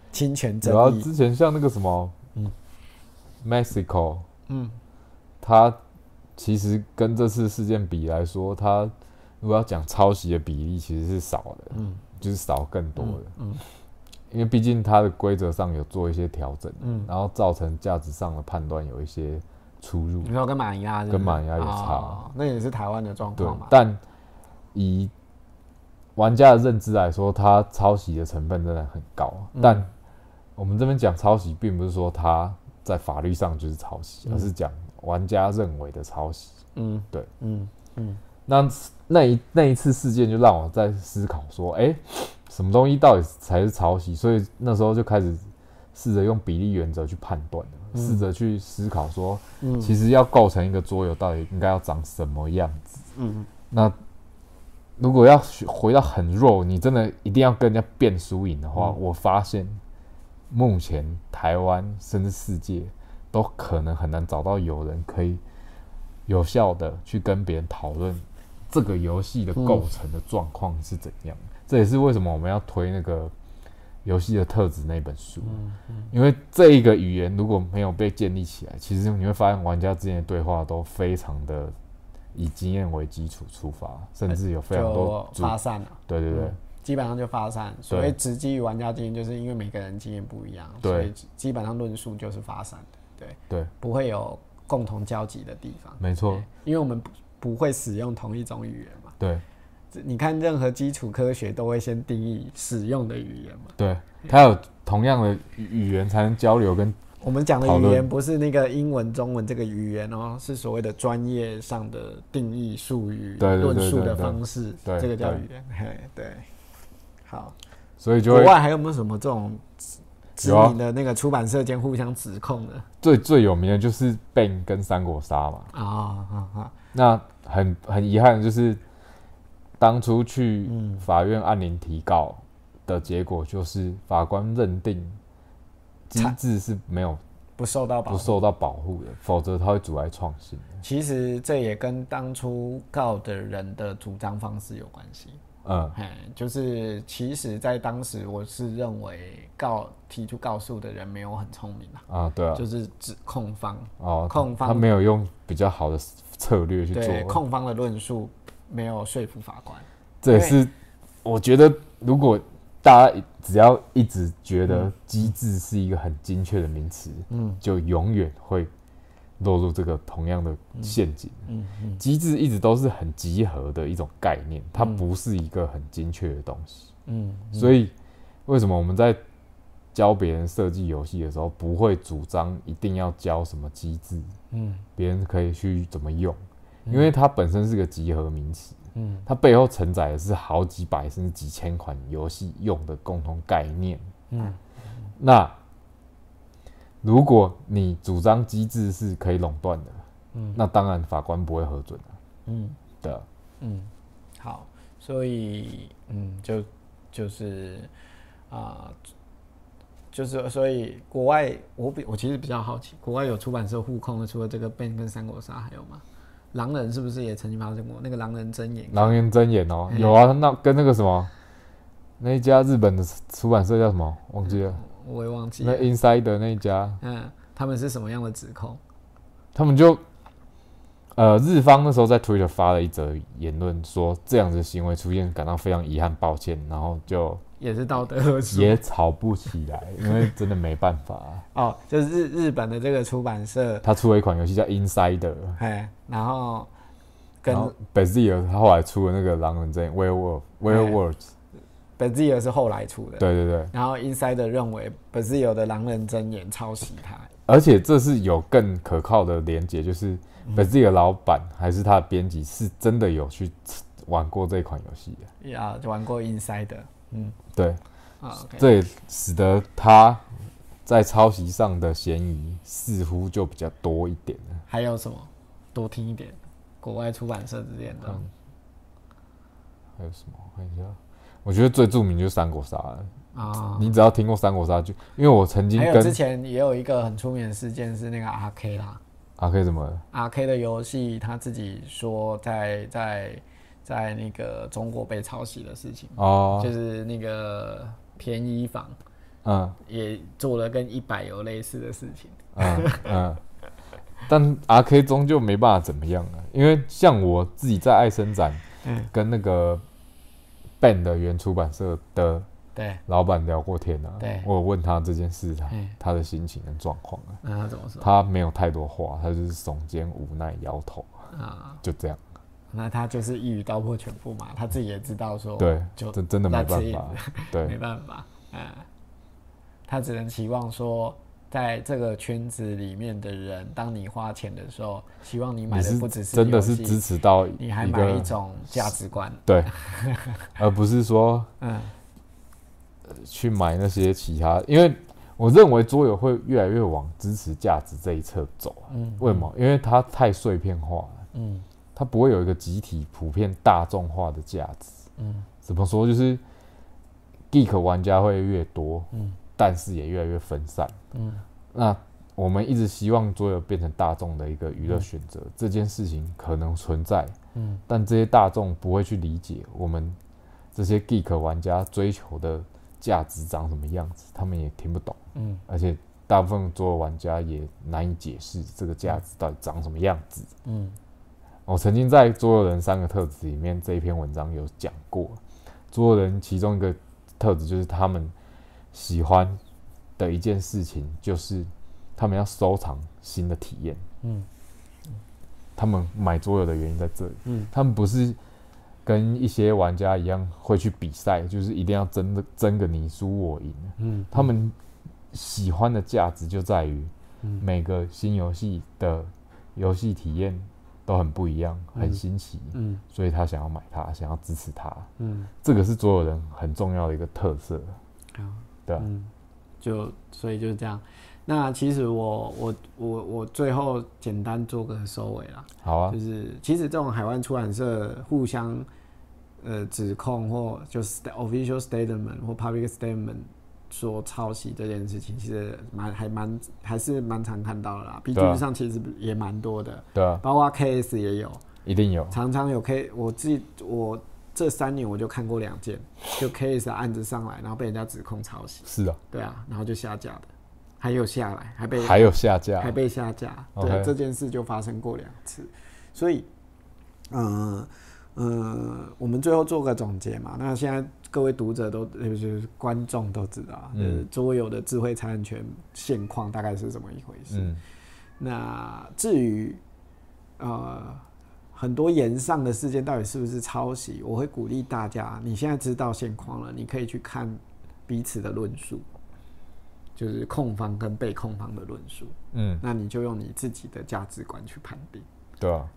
Speaker 1: 侵权
Speaker 2: 然后
Speaker 1: 争议？
Speaker 2: 之前像那个什么，
Speaker 1: 嗯
Speaker 2: 嗯，Mexico，
Speaker 1: 嗯，
Speaker 2: 它其实跟这次事件比来说，它如果要讲抄袭的比例其实是少的，
Speaker 1: 嗯
Speaker 2: 就是少更多的，
Speaker 1: 嗯
Speaker 2: 因为毕竟它的规则上有做一些调整，
Speaker 1: 嗯，
Speaker 2: 然后造成价值上的判断有一些出入
Speaker 1: 你，说跟马尼亚是不是
Speaker 2: 跟马尼亚有差
Speaker 1: 哦那也是台湾的状
Speaker 2: 对
Speaker 1: 况嘛，？
Speaker 2: 但以玩家的认知来说，它抄袭的成分真的很高，啊
Speaker 1: 嗯
Speaker 2: 但我们这边讲抄袭，并不是说它在法律上就是抄袭，
Speaker 1: 嗯
Speaker 2: 而是讲玩家认为的抄袭。
Speaker 1: 嗯，
Speaker 2: 对，
Speaker 1: 嗯嗯
Speaker 2: 那那一那一次事件就让我在思考说，哎、什么东西到底才是抄袭？所以那时候就开始试着用比例原则去判断嗯的，试着去思考说，
Speaker 1: 嗯
Speaker 2: 其实要构成一个桌游到底应该要长什么样子。
Speaker 1: 嗯，
Speaker 2: 那如果要学回到很弱，你真的一定要跟人家变输赢的话，我发现目前台湾甚至世界都可能很难找到有人可以有效的去跟别人讨论这个游戏的构成的状况是怎样。这也是为什么我们要推那个游戏的特质那本书，因为这一个语言如果没有被建立起来，其实你会发现玩家之间的对话都非常的以经验为基础出发，甚至有非常多
Speaker 1: 就
Speaker 2: 主
Speaker 1: 发散了，
Speaker 2: 对对对。
Speaker 1: 基本上就发散。所谓直击于玩家经验，就是因为每个人经验不一样，
Speaker 2: 对
Speaker 1: 所以基本上论述就是发散的，对
Speaker 2: 对，
Speaker 1: 不会有共同交集的地方，
Speaker 2: 没错，
Speaker 1: 因为我们不不会使用同一种语言嘛。
Speaker 2: 对
Speaker 1: 这你看，任何基础科学都会先定义使用的语言嘛。
Speaker 2: 对，它有同样的语语言才能交流跟
Speaker 1: 我们讲的
Speaker 2: 讨
Speaker 1: 语
Speaker 2: 论
Speaker 1: 言不是那个英文、中文这个语言哦，是所谓的专业上的定义术语、
Speaker 2: 对对对
Speaker 1: 论述
Speaker 2: 对
Speaker 1: 的
Speaker 2: 对
Speaker 1: 方式，
Speaker 2: 对
Speaker 1: 这个叫
Speaker 2: 对
Speaker 1: 语言。嘿，对。好，
Speaker 2: 所以就
Speaker 1: 国
Speaker 2: 会
Speaker 1: 外还有没有什么这种知知
Speaker 2: 有啊
Speaker 1: 名的那个出版社间互相指控的
Speaker 2: 最最有名的就是 Ben 跟三国杀嘛。
Speaker 1: 啊啊啊？
Speaker 2: 那很很遗憾的就是，当初去法院按铃提告的结果就是法官认定机
Speaker 1: 惨
Speaker 2: 制是没有
Speaker 1: 不受到保
Speaker 2: 不
Speaker 1: 护。
Speaker 2: 受到保护的，否则它会阻碍创新。
Speaker 1: 其实这也跟当初告的人的主张方式有关系。
Speaker 2: 嗯，
Speaker 1: 嘿，就是其实，在当时我是认为告提出告诉的人没有很聪明啊，
Speaker 2: 啊，对啊
Speaker 1: 就，是指控方
Speaker 2: 哦，
Speaker 1: 控
Speaker 2: 他
Speaker 1: 方
Speaker 2: 他没有用比较好的策略去
Speaker 1: 对
Speaker 2: 做，
Speaker 1: 控方的论述没有说服法官。
Speaker 2: 这也是我觉得，如果大家只要一直觉得机制是一个很精确的名词，嗯，就永远会落入这个同样的陷阱。
Speaker 1: 嗯嗯，
Speaker 2: 机制一直都是很集合的一种概念，它不是一个很精确的东西。
Speaker 1: 嗯，
Speaker 2: 所以为什么我们在教别人设计游戏的时候，不会主张一定要教什么机制，
Speaker 1: 嗯，
Speaker 2: 别人可以去怎么用，因为它本身是个集合名词，
Speaker 1: 嗯，
Speaker 2: 它背后承载的是好几百甚至几千款游戏用的共同概念，
Speaker 1: 嗯，
Speaker 2: 那如果你主张机制是可以垄断的，嗯，那当然法官不会核准啊，
Speaker 1: 嗯
Speaker 2: 对啊，
Speaker 1: 嗯，好，所以嗯，就就是啊、就是所以国外我比我其实比较好奇，国外有出版社互控的，除了这个 Ben 跟三国杀还有吗？狼人是不是也曾经发生过那个狼人真言？
Speaker 2: 狼人真言哦，
Speaker 1: 嗯
Speaker 2: 有啊，那跟那个什么，那一家日本的出版社叫什么？忘记了。
Speaker 1: 我也忘记
Speaker 2: 那
Speaker 1: 了。
Speaker 2: Inside 的那一家，
Speaker 1: 嗯，他们是什么样的指控？
Speaker 2: 他们就，呃，日方那时候在 Twitter 发了一则言论，说这样子的行为出现感到非常遗憾、抱歉，然后就
Speaker 1: 也是道德和
Speaker 2: 也吵不起来，因为真的没办法
Speaker 1: [LAUGHS]
Speaker 2: 啊、
Speaker 1: 哦，就是日日本的这个出版社，
Speaker 2: 他出了一款游戏叫 Inside，
Speaker 1: 哎，然后跟哎
Speaker 2: 然后 Bezir 他后来出了那个狼人真言 Werewolf Werewolf，
Speaker 1: Bazir 是后来出的，
Speaker 2: 对对对，
Speaker 1: 然后 Insider 认为 Bazir 的狼人真言抄袭他，
Speaker 2: 而且这是有更可靠的连接，就是
Speaker 1: 嗯
Speaker 2: 本自己的老板还是他的编辑是真的有去玩过这款游戏的。
Speaker 1: 啊，玩过 Insider，嗯，
Speaker 2: 对，
Speaker 1: 啊，OK，
Speaker 2: 这也使得他在抄袭上的嫌疑似乎就比较多一点了。
Speaker 1: 还有什么？多听一点国外出版社之间的，
Speaker 2: 嗯还有什么？我看一下，我觉得最著名就是三国杀了。
Speaker 1: 啊，
Speaker 2: 你只要听过三国杀，就因为我曾经
Speaker 1: 还有之
Speaker 2: 跟
Speaker 1: 前也有一个很出名的事件是那个 RK 啦
Speaker 2: 啊，可以怎么了？
Speaker 1: ，RK 的游戏他自己说在在在那个中国被抄袭的事情，
Speaker 2: 哦
Speaker 1: 就，是那个便宜坊。
Speaker 2: 嗯
Speaker 1: 也做了跟一百有类似的事情。
Speaker 2: 嗯嗯，但 R K 终究没办法怎么样啊，因为像我自己在爱生展
Speaker 1: 嗯，
Speaker 2: 跟那个 Ben 的原出版社的
Speaker 1: 对，
Speaker 2: 老板聊过天啊
Speaker 1: 对，
Speaker 2: 我有问他这件事，他
Speaker 1: 嗯
Speaker 2: 他的心情跟状况啊，
Speaker 1: 那他怎么说
Speaker 2: 他没有太多话，他就是耸肩无奈摇头，
Speaker 1: 啊？
Speaker 2: 就这样。
Speaker 1: 那他就是一语道破全部嘛，他自己也知道说，
Speaker 2: 对，
Speaker 1: 就
Speaker 2: 这真的没
Speaker 1: that's
Speaker 2: 办
Speaker 1: it
Speaker 2: 法，
Speaker 1: 没
Speaker 2: 对
Speaker 1: 办法，嗯，他只能期望说，在这个圈子里面的人，当你花钱的时候，希望你买
Speaker 2: 你
Speaker 1: 的
Speaker 2: 是
Speaker 1: 不只是
Speaker 2: 真的
Speaker 1: 游
Speaker 2: 是
Speaker 1: 戏
Speaker 2: 支持到
Speaker 1: 你还
Speaker 2: 一
Speaker 1: 买一
Speaker 2: 个
Speaker 1: 种价值观，
Speaker 2: 对，而不是说
Speaker 1: 嗯
Speaker 2: 去买那些其他，因为我认为桌游会越来越往支持价值这一侧走啊、
Speaker 1: 嗯
Speaker 2: 为什么？因为它太碎片化了，
Speaker 1: 嗯
Speaker 2: 它不会有一个集体普遍大众化的价值。
Speaker 1: 嗯
Speaker 2: 怎么说？就是 geek 玩家会越多，
Speaker 1: 嗯
Speaker 2: 但是也越来越分散。
Speaker 1: 嗯
Speaker 2: 那我们一直希望桌游变成大众的一个娱乐选择，这件事情可能存在，
Speaker 1: 嗯
Speaker 2: 但这些大众不会去理解我们这些 geek 玩家追求的价值长什么样子，他们也听不懂，
Speaker 1: 嗯
Speaker 2: 而且大部分桌游玩家也难以解释这个价值到底长什么样子。
Speaker 1: 嗯
Speaker 2: 我曾经在《桌游人三个特质》里面这一篇文章有讲过，桌游人其中一个特质就是他们喜欢的一件事情，就是他们要收藏新的体验。
Speaker 1: 嗯
Speaker 2: 他们买桌游的原因在这里，
Speaker 1: 嗯
Speaker 2: 他们不是跟一些玩家一样会去比赛，就是一定要争的争个你输我赢。
Speaker 1: 嗯，
Speaker 2: 他们喜欢的价值就在于
Speaker 1: 嗯
Speaker 2: 每个新游戏的游戏体验都很不一样，很新奇。
Speaker 1: 嗯
Speaker 2: 所以他想要买它，想要支持它，
Speaker 1: 嗯
Speaker 2: 这个是所有人很重要的一个特色。
Speaker 1: 好。
Speaker 2: 对啊，
Speaker 1: 嗯，就所以就是这样。那其实我我我我最后简单做个收尾啦，
Speaker 2: 好啊
Speaker 1: 就，是其实这种海外出版社互相呃指控或就是 sta- official statement 或 public statement 说抄袭这件事情，其实蛮还蛮还是蛮常看到的啦。B
Speaker 2: 对啊
Speaker 1: G 上其实也蛮多的，
Speaker 2: 对啊，
Speaker 1: 包括 KS 也有，
Speaker 2: 一定有，
Speaker 1: 常常有 K 我自己我这三年我就看过两件，就 KS 的案子上来，然后被人家指控抄袭。
Speaker 2: 是啊，
Speaker 1: 对啊，然后就下架的，还有下来，还被
Speaker 2: 还有下架
Speaker 1: 还，被下架，对
Speaker 2: OK
Speaker 1: 这件事就发生过两次，所以，嗯、呃、呃，我们最后做个总结嘛。那现在各位读者都，呃就是观众都知道啊，
Speaker 2: 嗯
Speaker 1: 就是桌游的智慧财产权现况大概是怎么一回事。
Speaker 2: 嗯，
Speaker 1: 那至于呃很多言上的事件到底是不是抄袭，我会鼓励大家，你现在知道现况了，你可以去看彼此的论述，就是控方跟被控方的论述，
Speaker 2: 嗯，
Speaker 1: 那你就用你自己的价值观去判定。
Speaker 2: 对啊，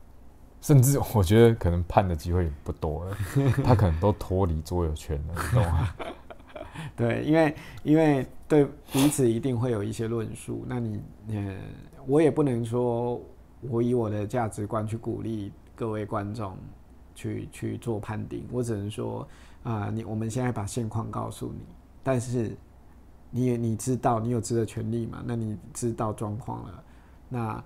Speaker 2: 甚至我觉得可能判的机会也不多
Speaker 1: [LAUGHS]
Speaker 2: 了，他可能都脱离桌游圈了，你懂吗？
Speaker 1: 对，因为因为对彼此一定会有一些论述，那你呃，我也不能说我以我的价值观去鼓励各位观众去去做判定，我只能说啊、你我们现在把现况告诉你，但是你也你知道你有知的权利嘛？那你知道状况了，那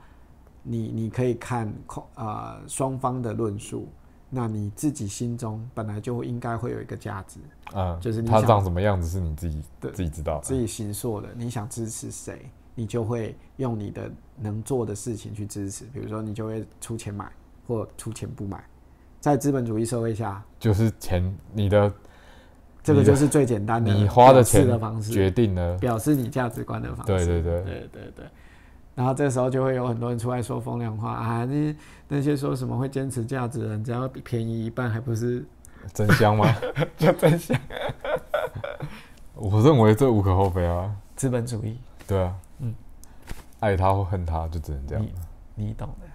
Speaker 1: 你你可以看控啊双方的论述。那你自己心中本来就应该会有一个价值，
Speaker 2: 嗯，
Speaker 1: 就是你
Speaker 2: 他
Speaker 1: 想
Speaker 2: 长什么样子是你自己
Speaker 1: 对
Speaker 2: 自己知道的，
Speaker 1: 自己行硕的，你想支持谁，你就会用你的能做的事情去支持。比如说，你就会出钱买或出钱不买。在资本主义社会下，
Speaker 2: 就是钱你的
Speaker 1: 这个
Speaker 2: 你的
Speaker 1: 就是最简单的
Speaker 2: 你花的
Speaker 1: 表示
Speaker 2: 钱
Speaker 1: 的方式，
Speaker 2: 决定了，
Speaker 1: 表示你价值观的方式。
Speaker 2: 对对对，
Speaker 1: 对对对。然后这时候就会有很多人出来说风凉话啊，那那些说什么会坚持价值的人，只要便宜一半，还不是
Speaker 2: 真香吗？ [LAUGHS]
Speaker 1: 就真相？
Speaker 2: 我认为这无可厚非啊，
Speaker 1: 资本主义，
Speaker 2: 对啊，
Speaker 1: 嗯
Speaker 2: 嗯，爱他或恨他就只能这样
Speaker 1: 你。你懂的。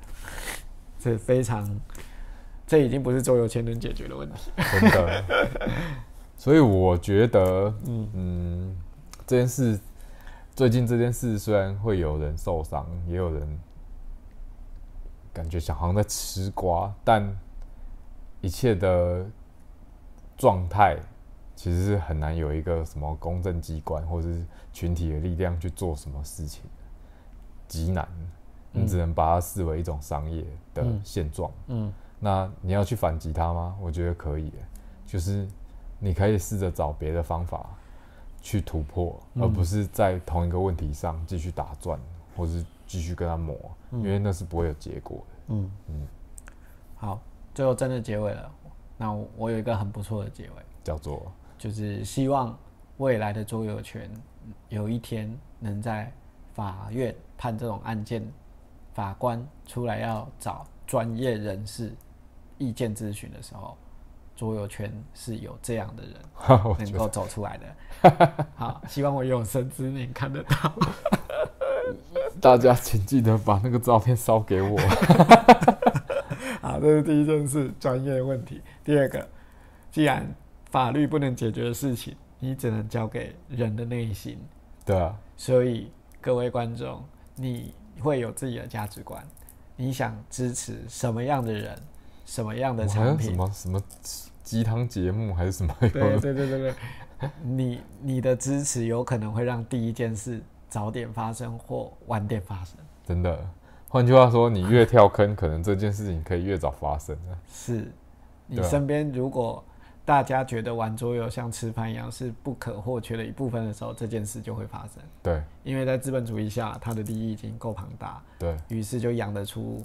Speaker 1: [LAUGHS] 这非常，这已经不是周游圈能解决的问题。
Speaker 2: 真的。
Speaker 1: [LAUGHS]
Speaker 2: 所以我觉得，
Speaker 1: 嗯
Speaker 2: 嗯这件事，最近这件事虽然会有人受伤，也有人感觉小像在吃瓜，但一切的状态其实是很难有一个什么公正机关或是群体的力量去做什么事情，极难。你
Speaker 1: 嗯
Speaker 2: 只能把它视为一种商业的
Speaker 1: 嗯
Speaker 2: 现状。
Speaker 1: 嗯
Speaker 2: 那你要去反击他吗？我觉得可以耶，就是你可以试着找别的方法去突破，
Speaker 1: 嗯
Speaker 2: 而不是在同一个问题上继续打转，或是继续跟他磨，因为那是不会有结果的。
Speaker 1: 嗯
Speaker 2: 嗯，
Speaker 1: 好，最后真的结尾了。那我我有一个很不错的结尾，[LAUGHS]
Speaker 2: 叫做
Speaker 1: 就是希望未来的桌游权有一天能在法院判这种案件，法官出来要找专业人士意见咨询的时候，桌游圈是有这样的人
Speaker 2: 我
Speaker 1: 能
Speaker 2: 觉
Speaker 1: 够
Speaker 2: 得
Speaker 1: 走出来
Speaker 2: [LAUGHS]
Speaker 1: 的。好，希望我有生之年看得到。
Speaker 2: 大家请记得把那个照片烧
Speaker 1: [LAUGHS]
Speaker 2: 给我。
Speaker 1: 好，这是第一件事，专业问题。第二个，既然法律不能解决的事情，你只能交给人的内心。
Speaker 2: 对啊，
Speaker 1: 所以各位观众，你会有自己的价值观，你想支持什么样的人，什么样的
Speaker 2: 我好
Speaker 1: 产
Speaker 2: 像什
Speaker 1: 品？
Speaker 2: 么什么鸡汤节目还是什么有
Speaker 1: 对对对对对，你你的支持有可能会让第一件事早点发生或晚点发生。
Speaker 2: [LAUGHS] 真的。换句话说，你越跳坑，可能这件事情可以越早发生啊
Speaker 1: 是，你
Speaker 2: 对啊
Speaker 1: 身边如果大家觉得玩桌游像吃饭一样是不可或缺的一部分的时候，这件事就会发生。
Speaker 2: 对
Speaker 1: 因为在资本主义下，它的利益已经够庞大， [LAUGHS]
Speaker 2: 对，
Speaker 1: 于是就养得出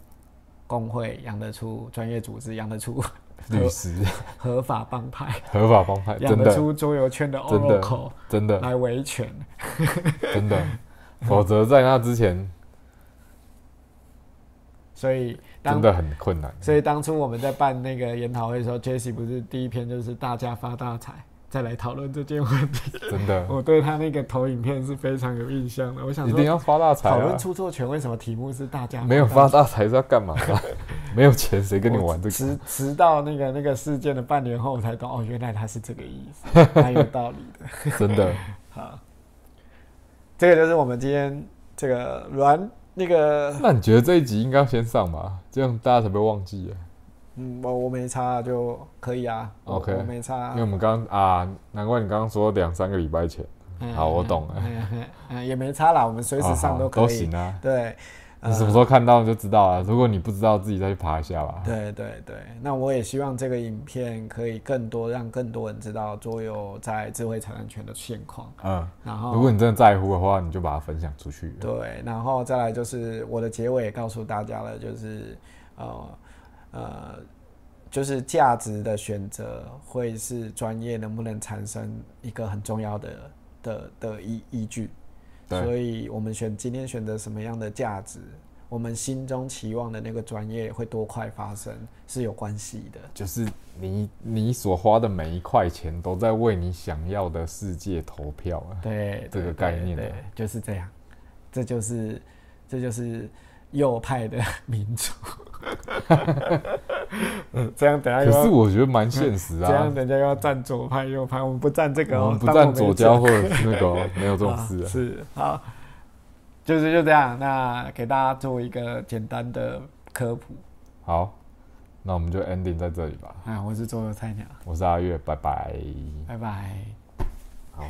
Speaker 1: 工会，养得出专业组织，养得出
Speaker 2: [LAUGHS] 律师
Speaker 1: [LAUGHS] 合法帮派，
Speaker 2: 合法帮派，
Speaker 1: 养
Speaker 2: 真
Speaker 1: 得
Speaker 2: 的
Speaker 1: 出桌游圈的
Speaker 2: 真的
Speaker 1: Oracle
Speaker 2: 真的
Speaker 1: 来维权。
Speaker 2: [LAUGHS] 真的，否则在那之前
Speaker 1: 所以
Speaker 2: 真
Speaker 1: 当
Speaker 2: 的很困难。
Speaker 1: 所以当初我们在办那个研讨会的时候，Jesse 不是第一篇就是大家发大财，再来讨论这件问题。
Speaker 2: 真的
Speaker 1: 我对他那个投影片是非常有印象的。我想
Speaker 2: 一定
Speaker 1: 说，
Speaker 2: 要发大财
Speaker 1: 讨
Speaker 2: 啊
Speaker 1: 论！啊著作权为什么题目是大家
Speaker 2: 没有发大财是要干嘛 [LAUGHS] 的啊？没有钱谁跟你玩这个？
Speaker 1: 直直到那个那个事件的半年后，我才懂哦，原来他是这个意思，
Speaker 2: [LAUGHS]
Speaker 1: 蛮有道理的。
Speaker 2: 真的，
Speaker 1: 好，这个就是我们今天这个软那个，
Speaker 2: 那你觉得这一集应该要先上吧？这样大家才不会忘记啊。
Speaker 1: 嗯，我我没差就可以啊我
Speaker 2: OK
Speaker 1: 我没差啊
Speaker 2: 因为我。们刚刚啊，难怪你刚刚说两三个礼拜前，
Speaker 1: 嗯
Speaker 2: 好我懂了
Speaker 1: 嗯嗯嗯，也没差啦，我们随时
Speaker 2: 啊
Speaker 1: 上
Speaker 2: 好
Speaker 1: 都可以。
Speaker 2: 都行啊。
Speaker 1: 对，呃
Speaker 2: 你什么时候看到就知道了。如果你不知道，自己再去爬一下吧。
Speaker 1: 对对对，那我也希望这个影片可以更多让更多人知道桌游在智慧财产权的现况，
Speaker 2: 嗯，
Speaker 1: 然
Speaker 2: 如果
Speaker 1: 后
Speaker 2: 你真的在乎的话，你就把它分享出去。
Speaker 1: 对，然后再来就是我的结尾也告诉大家了，就是呃呃，就是价值的选择会是专业能不能产生一个很重要的的的依依据，
Speaker 2: 对
Speaker 1: 所以我们选今天选择什么样的价值。我们心中期望的那个专业会多快发生是有关系的，
Speaker 2: 就是你你所花的每一块钱，都在为你想要的世界投票啊。
Speaker 1: 对，
Speaker 2: 这
Speaker 1: 对
Speaker 2: 个概念
Speaker 1: 对
Speaker 2: 啊
Speaker 1: 对就是这样，这就是这就是右派的民主。 [LAUGHS] 嗯这样等下又
Speaker 2: 可是
Speaker 1: 要
Speaker 2: 我觉得蛮现实
Speaker 1: 这样
Speaker 2: 啊。
Speaker 1: 人家又要站左派右派，我们不站这个
Speaker 2: 我
Speaker 1: 哦
Speaker 2: 们，不
Speaker 1: 当
Speaker 2: 站
Speaker 1: 没
Speaker 2: 左
Speaker 1: 讲
Speaker 2: 交或者是那个哦，没有这种
Speaker 1: 啊
Speaker 2: [LAUGHS] 事啊。
Speaker 1: 是好，就是就这样。那给大家做一个简单的科普
Speaker 2: 好，那我们就 ending 在这里吧。
Speaker 1: 啊，我是左右菜鸟，
Speaker 2: 我是阿月，拜拜。
Speaker 1: 拜拜。
Speaker 2: 哦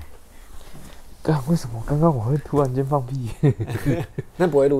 Speaker 2: 干，为什么刚刚我会突然间放屁？
Speaker 1: 那不会录。